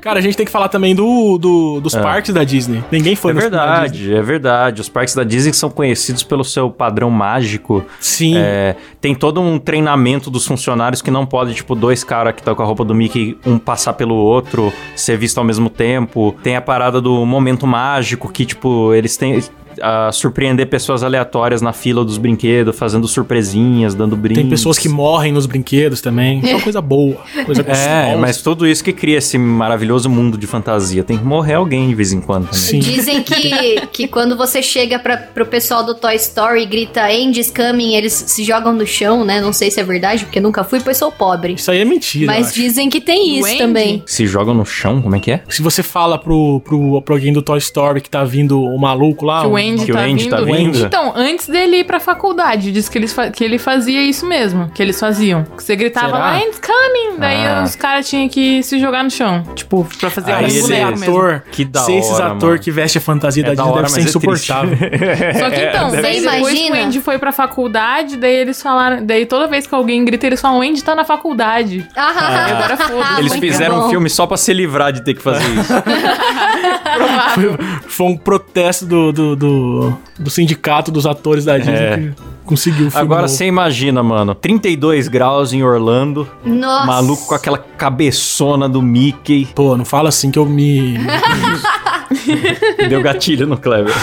Speaker 2: Cara, a gente tem que falar também do, do- dos parques da Disney. Ninguém foi
Speaker 1: É
Speaker 2: nos- na Disney.
Speaker 1: verdade, é verdade. Os parques da Disney são conhecidos pelo seu padrão mágico.
Speaker 2: Sim.
Speaker 1: É, tem todo um treinamento dos funcionários que não pode, tipo, dois caras que estão com a roupa do Mickey, um passar pelo outro, ser visto ao mesmo tempo. Tem a parada do momento mágico, que, tipo, eles têm. A surpreender pessoas aleatórias na fila dos brinquedos, fazendo surpresinhas, dando brindes.
Speaker 2: Tem pessoas que morrem nos brinquedos também. Isso é uma coisa boa. Coisa
Speaker 1: [laughs] É,
Speaker 2: gostosa.
Speaker 1: mas tudo isso que cria esse maravilhoso mundo de fantasia. Tem que morrer alguém de vez em quando. né? Também.
Speaker 2: Sim.
Speaker 4: Dizem que, que quando você chega pra, pro pessoal do Toy Story e grita Andy's coming, eles se jogam no chão, né? Não sei se é verdade, porque nunca fui, pois sou pobre.
Speaker 2: Isso aí é mentira. eu
Speaker 4: Mas
Speaker 2: acho.
Speaker 4: dizem que tem isso
Speaker 3: Wendy?
Speaker 4: também.
Speaker 1: Se jogam no chão, como é que é?
Speaker 2: Se você fala pro, pro, pro alguém do Toy Story que tá vindo o maluco lá.
Speaker 3: que o
Speaker 2: um-
Speaker 3: Andy,
Speaker 1: que o
Speaker 3: tá,
Speaker 1: Andy
Speaker 3: vindo.
Speaker 1: tá vindo.
Speaker 3: Então, antes dele ir pra faculdade, disse que, eles fa- que ele fazia isso mesmo, que eles faziam. Que você gritava
Speaker 2: Será?
Speaker 3: lá, Andy's coming! Daí
Speaker 1: Ah.
Speaker 3: os caras tinham que se jogar no chão. Tipo, pra fazer
Speaker 1: Aí
Speaker 3: um
Speaker 2: esse
Speaker 1: ele-
Speaker 3: boneco mesmo.
Speaker 2: ator,
Speaker 1: Que da
Speaker 2: ser esses
Speaker 1: hora,
Speaker 2: ator
Speaker 1: mano.
Speaker 2: que veste a fantasia É da Disney deve ser insuportável.
Speaker 3: [laughs] Só que então,
Speaker 4: deve
Speaker 3: daí
Speaker 4: ser.
Speaker 3: depois
Speaker 4: Imagina.
Speaker 3: que o Andy foi pra faculdade, daí eles falaram. Daí toda vez que alguém grita, eles falam, o Andy tá na faculdade.
Speaker 4: Ah,
Speaker 3: [laughs] Agora foda-se.
Speaker 1: Eles
Speaker 4: muito
Speaker 1: fizeram
Speaker 4: tá bom.
Speaker 1: um filme só pra se livrar de ter que fazer isso.
Speaker 2: [laughs] Foi um protesto do, do, do, do sindicato dos atores da Disney
Speaker 1: É.
Speaker 2: que conseguiu o filme.
Speaker 1: Agora
Speaker 2: novo.
Speaker 1: você imagina, mano. 32 graus em Orlando,
Speaker 4: Nossa.
Speaker 1: maluco com aquela cabeçona do Mickey.
Speaker 2: Pô, não fala assim que eu me.
Speaker 1: Deu gatilho no Kleber.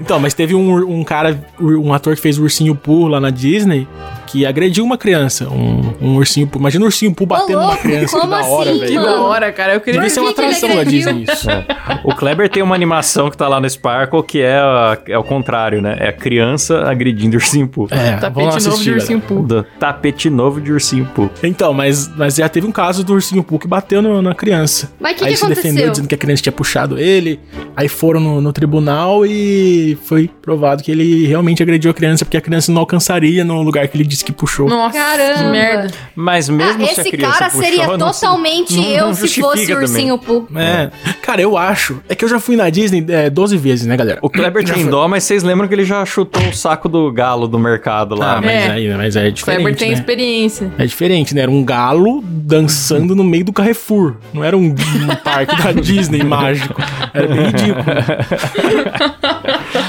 Speaker 2: Então, mas teve um, ur- um cara, ur- um ator que fez o ursinho Pooh lá na Disney que agrediu uma criança. Um, um ursinho Pooh. Imagina o ursinho Pooh batendo
Speaker 4: louco,
Speaker 2: uma criança.
Speaker 4: como
Speaker 2: que da hora,
Speaker 4: assim,
Speaker 2: velho.
Speaker 3: Que da
Speaker 4: Mano.
Speaker 3: hora, cara. Eu queria
Speaker 2: Devia
Speaker 4: Por
Speaker 2: ser uma
Speaker 4: que que ele
Speaker 2: atração da
Speaker 4: agrediu?
Speaker 2: Disney isso.
Speaker 1: É. O Kleber tem uma animação que tá lá no Sparkle que é, a- é o contrário, né? É a criança agredindo o ursinho Pooh.
Speaker 2: É, vamos lá
Speaker 3: tapete novo
Speaker 2: assistir,
Speaker 3: de
Speaker 2: galera.
Speaker 3: ursinho Pooh.
Speaker 1: Do tapete novo de ursinho Pooh.
Speaker 2: Então, mas, mas já teve um caso do ursinho Pooh que bateu no- na criança.
Speaker 4: Mas o que,
Speaker 2: aí
Speaker 4: que
Speaker 2: se defendeu
Speaker 4: aconteceu?
Speaker 2: dizendo que a criança tinha puxado ele. Aí foram no, no tribunal e foi provado que ele realmente agrediu a criança porque a criança não alcançaria no lugar que ele disse que puxou.
Speaker 3: Nossa,
Speaker 4: Caramba.
Speaker 3: que merda.
Speaker 1: Mas mesmo
Speaker 4: Ah,
Speaker 1: se a
Speaker 4: esse
Speaker 1: criança
Speaker 4: cara
Speaker 1: puxou,
Speaker 4: seria
Speaker 1: não se-
Speaker 4: totalmente
Speaker 1: não- não
Speaker 4: eu se
Speaker 1: justifica
Speaker 4: fosse o
Speaker 1: também.
Speaker 4: ursinho Pooh.
Speaker 2: É. Cara, eu acho. É que eu já fui na Disney é, 12 vezes, né, galera?
Speaker 1: O Kleber tem dó, mas vocês lembram que ele já chutou o saco do galo do mercado lá.
Speaker 2: Ah,
Speaker 1: né?
Speaker 2: mas,
Speaker 3: É.
Speaker 2: Aí, mas aí é diferente.
Speaker 3: Kleber tem
Speaker 2: né?
Speaker 3: experiência.
Speaker 2: É diferente, né? Era um galo dançando no meio do Carrefour. Não era um,
Speaker 1: [laughs]
Speaker 2: um parque da Disney mágico. Era bem ridículo.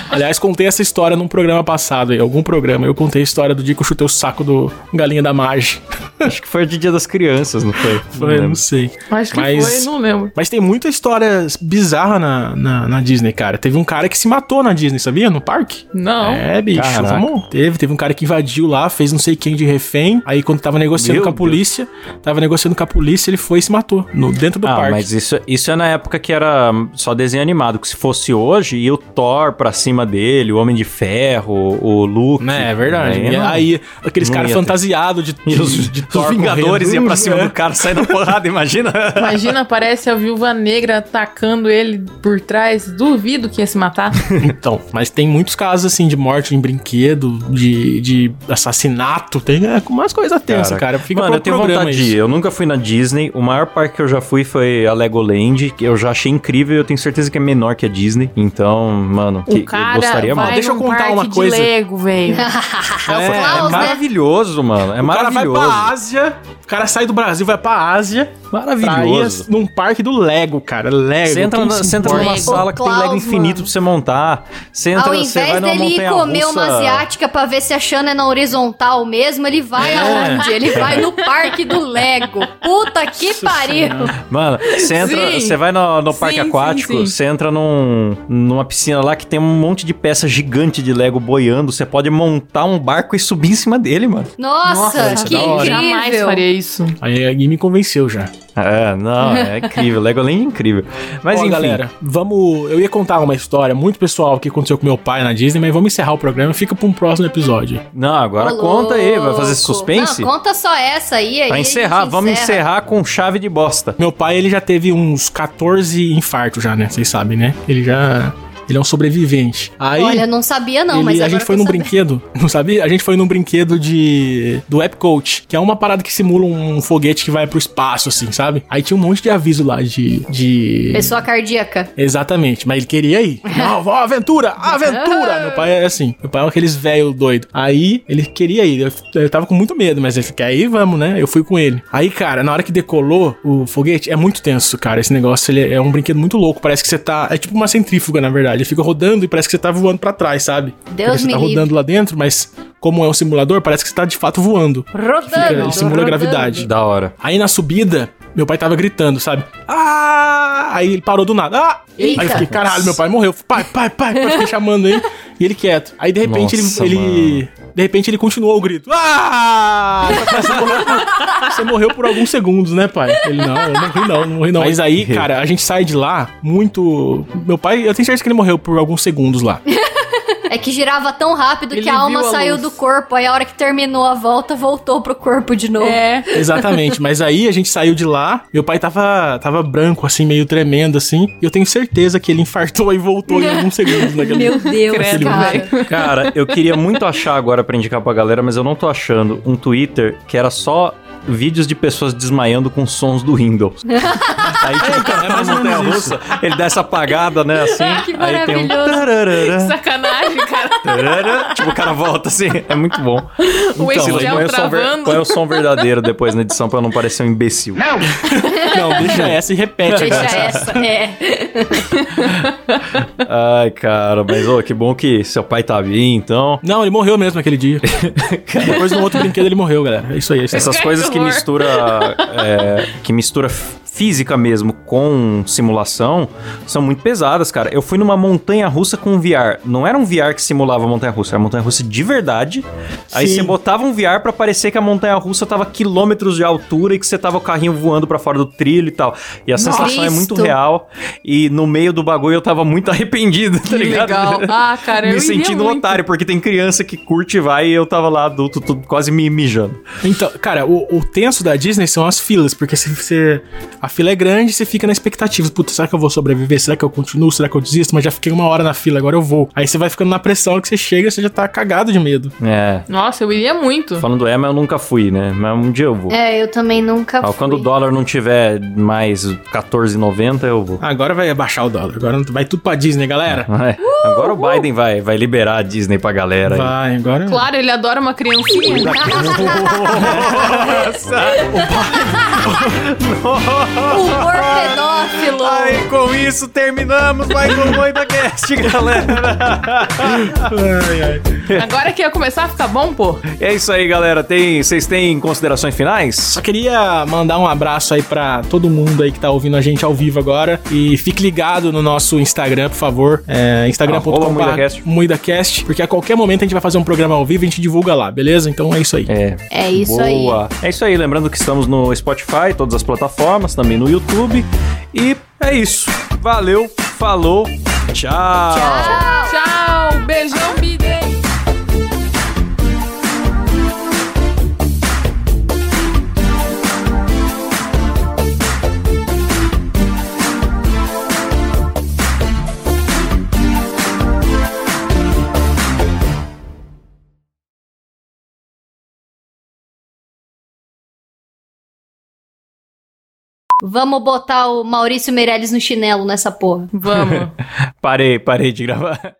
Speaker 2: Aliás, contei essa história num programa passado aí. Algum programa. Eu contei a história do dia que eu chutei o saco do Galinha da Mage.
Speaker 1: Acho que foi de Dia das Crianças, não foi?
Speaker 2: Foi, né?
Speaker 1: lembro.
Speaker 2: não sei.
Speaker 3: Acho que
Speaker 2: Mas-
Speaker 3: foi, não lembro.
Speaker 2: Mas tem muita história bizarra na, na, na Disney, cara. Teve um cara que se matou na Disney, sabia? No parque.
Speaker 3: Não.
Speaker 2: É, bicho,
Speaker 1: Caraca.
Speaker 2: vamos. Teve, teve um cara que invadiu lá, fez não sei quem de refém. Aí quando tava negociando
Speaker 1: Meu
Speaker 2: com a
Speaker 1: Deus.
Speaker 2: polícia, tava negociando com a polícia, ele foi e se matou no, dentro do
Speaker 1: ah,
Speaker 2: parque.
Speaker 1: mas isso, isso é na época que era só desenho animado. Que se fosse hoje, ia o Thor pra cima dele, o Homem de Ferro, o Luke.
Speaker 2: É, é verdade.
Speaker 1: Aí
Speaker 2: E
Speaker 1: não.
Speaker 2: aí, aqueles
Speaker 1: Não
Speaker 2: caras
Speaker 1: ia ter.
Speaker 2: fantasiados de, de,
Speaker 1: E os,
Speaker 2: de
Speaker 1: [laughs] os
Speaker 2: Thor
Speaker 1: Vingadores
Speaker 2: correndo.
Speaker 1: iam pra cima
Speaker 2: É.
Speaker 1: do cara, saindo na porrada, imagina?
Speaker 3: Imagina, aparece a viúva negra atacando ele por trás. Duvido que ia
Speaker 1: [laughs]
Speaker 3: se matar.
Speaker 2: [laughs] Então, mas tem muitos casos assim de morte em brinquedo, de, de assassinato. Tem é, umas coisas tensas, cara. [laughs] Fica
Speaker 1: Mano,
Speaker 2: pro
Speaker 1: eu tenho
Speaker 2: programa
Speaker 1: vontade
Speaker 2: isso.
Speaker 1: de ir. Eu nunca fui na Disney. O maior parque que eu já fui foi a Legoland, que eu já achei incrível. Eu tenho certeza que é menor que a Disney. Então, mano, que,
Speaker 3: O
Speaker 1: eu
Speaker 3: cara
Speaker 1: gostaria
Speaker 3: vai
Speaker 1: muito.
Speaker 2: Deixa eu
Speaker 3: num
Speaker 2: contar
Speaker 3: parque
Speaker 2: uma coisa.
Speaker 3: de Lego, velho.
Speaker 1: É,
Speaker 4: o Klaus,
Speaker 1: é
Speaker 4: né?
Speaker 1: maravilhoso, mano. É
Speaker 2: O cara vai
Speaker 1: maravilhoso.
Speaker 2: pra Ásia, o cara sai do Brasil, vai pra Ásia,
Speaker 1: Maravilhoso.
Speaker 2: Praia num parque do Lego, cara. Lego.
Speaker 1: Você entra,
Speaker 2: quem
Speaker 1: na-
Speaker 2: se
Speaker 1: você entra
Speaker 2: importa?
Speaker 1: numa
Speaker 4: Lego.
Speaker 1: sala que tem
Speaker 4: Klaus,
Speaker 1: Lego infinito
Speaker 4: mano.
Speaker 1: pra você montar. Você entra,
Speaker 4: Ao
Speaker 1: Então você
Speaker 4: invés
Speaker 1: vai numa
Speaker 4: dele ir
Speaker 1: montanha
Speaker 4: comer
Speaker 1: russa.
Speaker 4: uma asiática pra ver se a Xana é na horizontal mesmo, ele vai
Speaker 1: É.
Speaker 4: aonde? Ele
Speaker 1: [laughs]
Speaker 4: vai no parque do Lego. Puta que pariu.
Speaker 1: Mano, você entra,
Speaker 3: Sim.
Speaker 1: você vai no, no
Speaker 3: Sim,
Speaker 1: parque
Speaker 3: sim,
Speaker 1: aquático,
Speaker 3: sim.
Speaker 1: você entra num, numa piscina lá que tem um monte de peça gigante de Lego boiando. Você pode montar um barco e subir em cima dele, mano.
Speaker 4: Nossa,
Speaker 2: Nossa,
Speaker 4: que
Speaker 2: da hora.
Speaker 4: incrível.
Speaker 3: Jamais faria isso.
Speaker 2: Aí alguém me convenceu já.
Speaker 1: É, não,
Speaker 4: [laughs]
Speaker 1: é incrível. Legoland é incrível. Mas
Speaker 2: Ó,
Speaker 1: enfim.
Speaker 2: galera, vamos. Eu ia contar uma história muito pessoal que aconteceu com meu pai na Disney, mas vamos encerrar o programa. Fica pra um próximo episódio.
Speaker 1: Não, agora
Speaker 4: Ô,
Speaker 1: conta aí, vai fazer
Speaker 4: louco.
Speaker 1: suspense?
Speaker 4: Não, conta só essa aí. aí a
Speaker 1: pra
Speaker 4: gente
Speaker 1: encerrar, vamos
Speaker 4: encerra.
Speaker 1: encerrar com chave de bosta.
Speaker 2: Meu pai, ele já teve uns 14 infartos já, né? Vocês sabem, né? Ele já. Ele é um sobrevivente. Aí.
Speaker 4: Olha, não sabia não,
Speaker 2: ele-
Speaker 4: mas
Speaker 2: a
Speaker 4: agora
Speaker 2: gente
Speaker 4: eu
Speaker 2: foi
Speaker 4: vou
Speaker 2: num
Speaker 4: saber.
Speaker 2: brinquedo, [laughs] não sabia? A gente foi num brinquedo de do App Coach, que é uma parada que simula um foguete que vai pro espaço, assim, sabe? Aí tinha um monte de aviso lá de. de...
Speaker 4: Pessoa cardíaca.
Speaker 2: Exatamente, mas ele queria ir. Não, vó, aventura, aventura! Meu pai é assim, meu pai é aqueles velho doido. Aí ele queria ir, eu, eu tava com muito medo, mas ele fica aí, vamos, né? Eu fui com ele. Aí, cara, na hora que decolou o foguete, é muito tenso, cara. Esse negócio ele é um brinquedo muito louco. Parece que você tá. É tipo uma centrífuga, na verdade. Ele fica rodando e parece que você tá voando pra trás, sabe?
Speaker 4: Deus
Speaker 2: Porque você
Speaker 4: me
Speaker 2: tá
Speaker 4: livre.
Speaker 2: rodando lá dentro, mas como é um simulador, parece que você tá de fato voando. Fica-
Speaker 4: Rodando.
Speaker 2: ele simula a
Speaker 4: rodando.
Speaker 2: gravidade.
Speaker 1: Da hora.
Speaker 2: Aí na subida, meu pai tava gritando, sabe? Ah! Aí ele parou do nada. Ah!
Speaker 4: Eita.
Speaker 2: Aí eu fiquei, caralho, meu pai morreu. Pai, pai, pai, pai, fiquei chamando ele. E ele quieto. Aí de repente
Speaker 1: Nossa,
Speaker 2: ele. ele- De repente ele continuou o grito. Ah! Você morreu, por, você morreu por alguns segundos, né, pai? Ele, não, eu não morri não, não morri não. Mas aí, cara, a gente sai de lá muito. Meu pai, eu tenho certeza que ele morreu por alguns segundos lá.
Speaker 4: É que girava tão rápido
Speaker 3: Ele
Speaker 4: que a alma
Speaker 3: viu a
Speaker 4: saiu
Speaker 3: luz.
Speaker 4: do corpo. Aí a hora que terminou a volta, voltou pro corpo de novo.
Speaker 3: É.
Speaker 2: Exatamente, mas aí a gente saiu de lá, meu pai tava, tava branco, assim, meio tremendo, assim, e eu tenho certeza que ele infartou e voltou em alguns segundos naquele
Speaker 4: Meu Deus,
Speaker 3: Credo,
Speaker 4: cara.
Speaker 1: Cara, eu queria muito achar agora pra indicar pra galera, mas eu não tô achando um Twitter que era só vídeos de pessoas desmaiando com sons do Windows. Aí tipo, cara, é mais
Speaker 2: ou
Speaker 1: montanha
Speaker 2: menos
Speaker 1: russa, ele dá essa apagada, né, assim.
Speaker 4: que
Speaker 1: aí tem um
Speaker 4: maravilhoso.
Speaker 3: [laughs]
Speaker 1: tararara,
Speaker 3: Sacanagem, cara.
Speaker 1: tararara, tipo, o cara volta assim, é muito bom.
Speaker 3: O
Speaker 1: põe
Speaker 3: Excel
Speaker 1: o, som ver-
Speaker 3: travando.
Speaker 1: põe o som verdadeiro depois na edição pra não parecer um imbecil. né?
Speaker 2: Não, deixa essa e repete
Speaker 4: Deixa
Speaker 2: agora.
Speaker 4: essa. É.
Speaker 1: Ai, cara, mas ô, que bom que seu pai tá bem, então.
Speaker 2: Não, ele morreu mesmo aquele dia. Depois de um outro brinquedo ele morreu, galera. É isso aí, é isso aí.
Speaker 1: Essas
Speaker 3: Que
Speaker 1: coisas que
Speaker 3: horror.
Speaker 1: mistura, é, que mistura f- física mesmo com simulação são muito pesadas, cara. Eu fui numa montanha russa com VR. Não era um VR que simulava montanha russa, era montanha russa de verdade. Aí
Speaker 2: Sim.
Speaker 1: você botava um VR pra parecer que a montanha russa tava a quilômetros de altura e que você tava o carrinho voando pra fora do trilho e tal. E a sensação é muito
Speaker 4: Cristo.
Speaker 1: real. E no meio do bagulho eu tava muito [laughs] arrependido, [laughs] tá
Speaker 3: Que
Speaker 1: ligado?
Speaker 3: legal.
Speaker 1: [laughs]
Speaker 3: Ah, cara, eu
Speaker 1: me
Speaker 3: iria
Speaker 1: sentindo um
Speaker 3: muito.
Speaker 1: otário, porque tem criança que curte e vai e eu tava lá adulto, tudo, quase me mijando.
Speaker 2: Então, cara, o, o tenso da Disney são as filas, porque se você. A fila é grande, você fica na expectativa. Puta, será que eu vou sobreviver? Será que eu continuo? Será que eu desisto? Mas já fiquei uma hora na fila, agora eu vou. Aí você vai ficando na pressão que você chega, você já tá cagado de medo.
Speaker 1: É.
Speaker 3: Nossa, eu iria muito.
Speaker 1: Falando é, mas eu nunca fui, né? Mas um dia eu vou.
Speaker 4: É, eu também nunca
Speaker 1: Ah,
Speaker 4: fui.
Speaker 1: Quando o dólar não tiver mais 14,90, eu vou.
Speaker 2: Agora vai baixar o dólar. Agora vai tudo pra Disney, galera.
Speaker 1: É. Agora o Biden vai, vai liberar a Disney pra galera. aí.
Speaker 2: Vai, agora.
Speaker 3: Claro, ele adora
Speaker 1: [laughs]
Speaker 3: uma criancinha.
Speaker 2: [laughs]
Speaker 4: Humor pedófilo.
Speaker 1: Ai, com isso terminamos mais um MoidaCast, galera.
Speaker 3: Agora que ia começar a ficar bom, pô.
Speaker 1: [laughs] É isso aí, galera. Tem, vocês têm considerações finais?
Speaker 2: Só queria mandar um abraço aí pra todo mundo aí que tá ouvindo a gente ao vivo agora. E fique ligado no nosso Instagram, por favor. É,
Speaker 1: Arroba
Speaker 2: instagram.com.br
Speaker 1: MuidaCast.
Speaker 2: MuidaCast, porque a qualquer momento a gente vai fazer um programa ao vivo e a gente divulga lá, beleza? Então é isso aí.
Speaker 1: É.
Speaker 4: É isso aí.
Speaker 1: Boa. É isso aí. Lembrando que estamos no Spotify, todas as plataformas, também no YouTube. E é isso. Valeu, falou, tchau.
Speaker 3: Tchau, beijão, bidê.
Speaker 4: Vamos botar o Maurício Meirelles no chinelo nessa porra.
Speaker 3: Vamos.
Speaker 1: Parei, parei de gravar.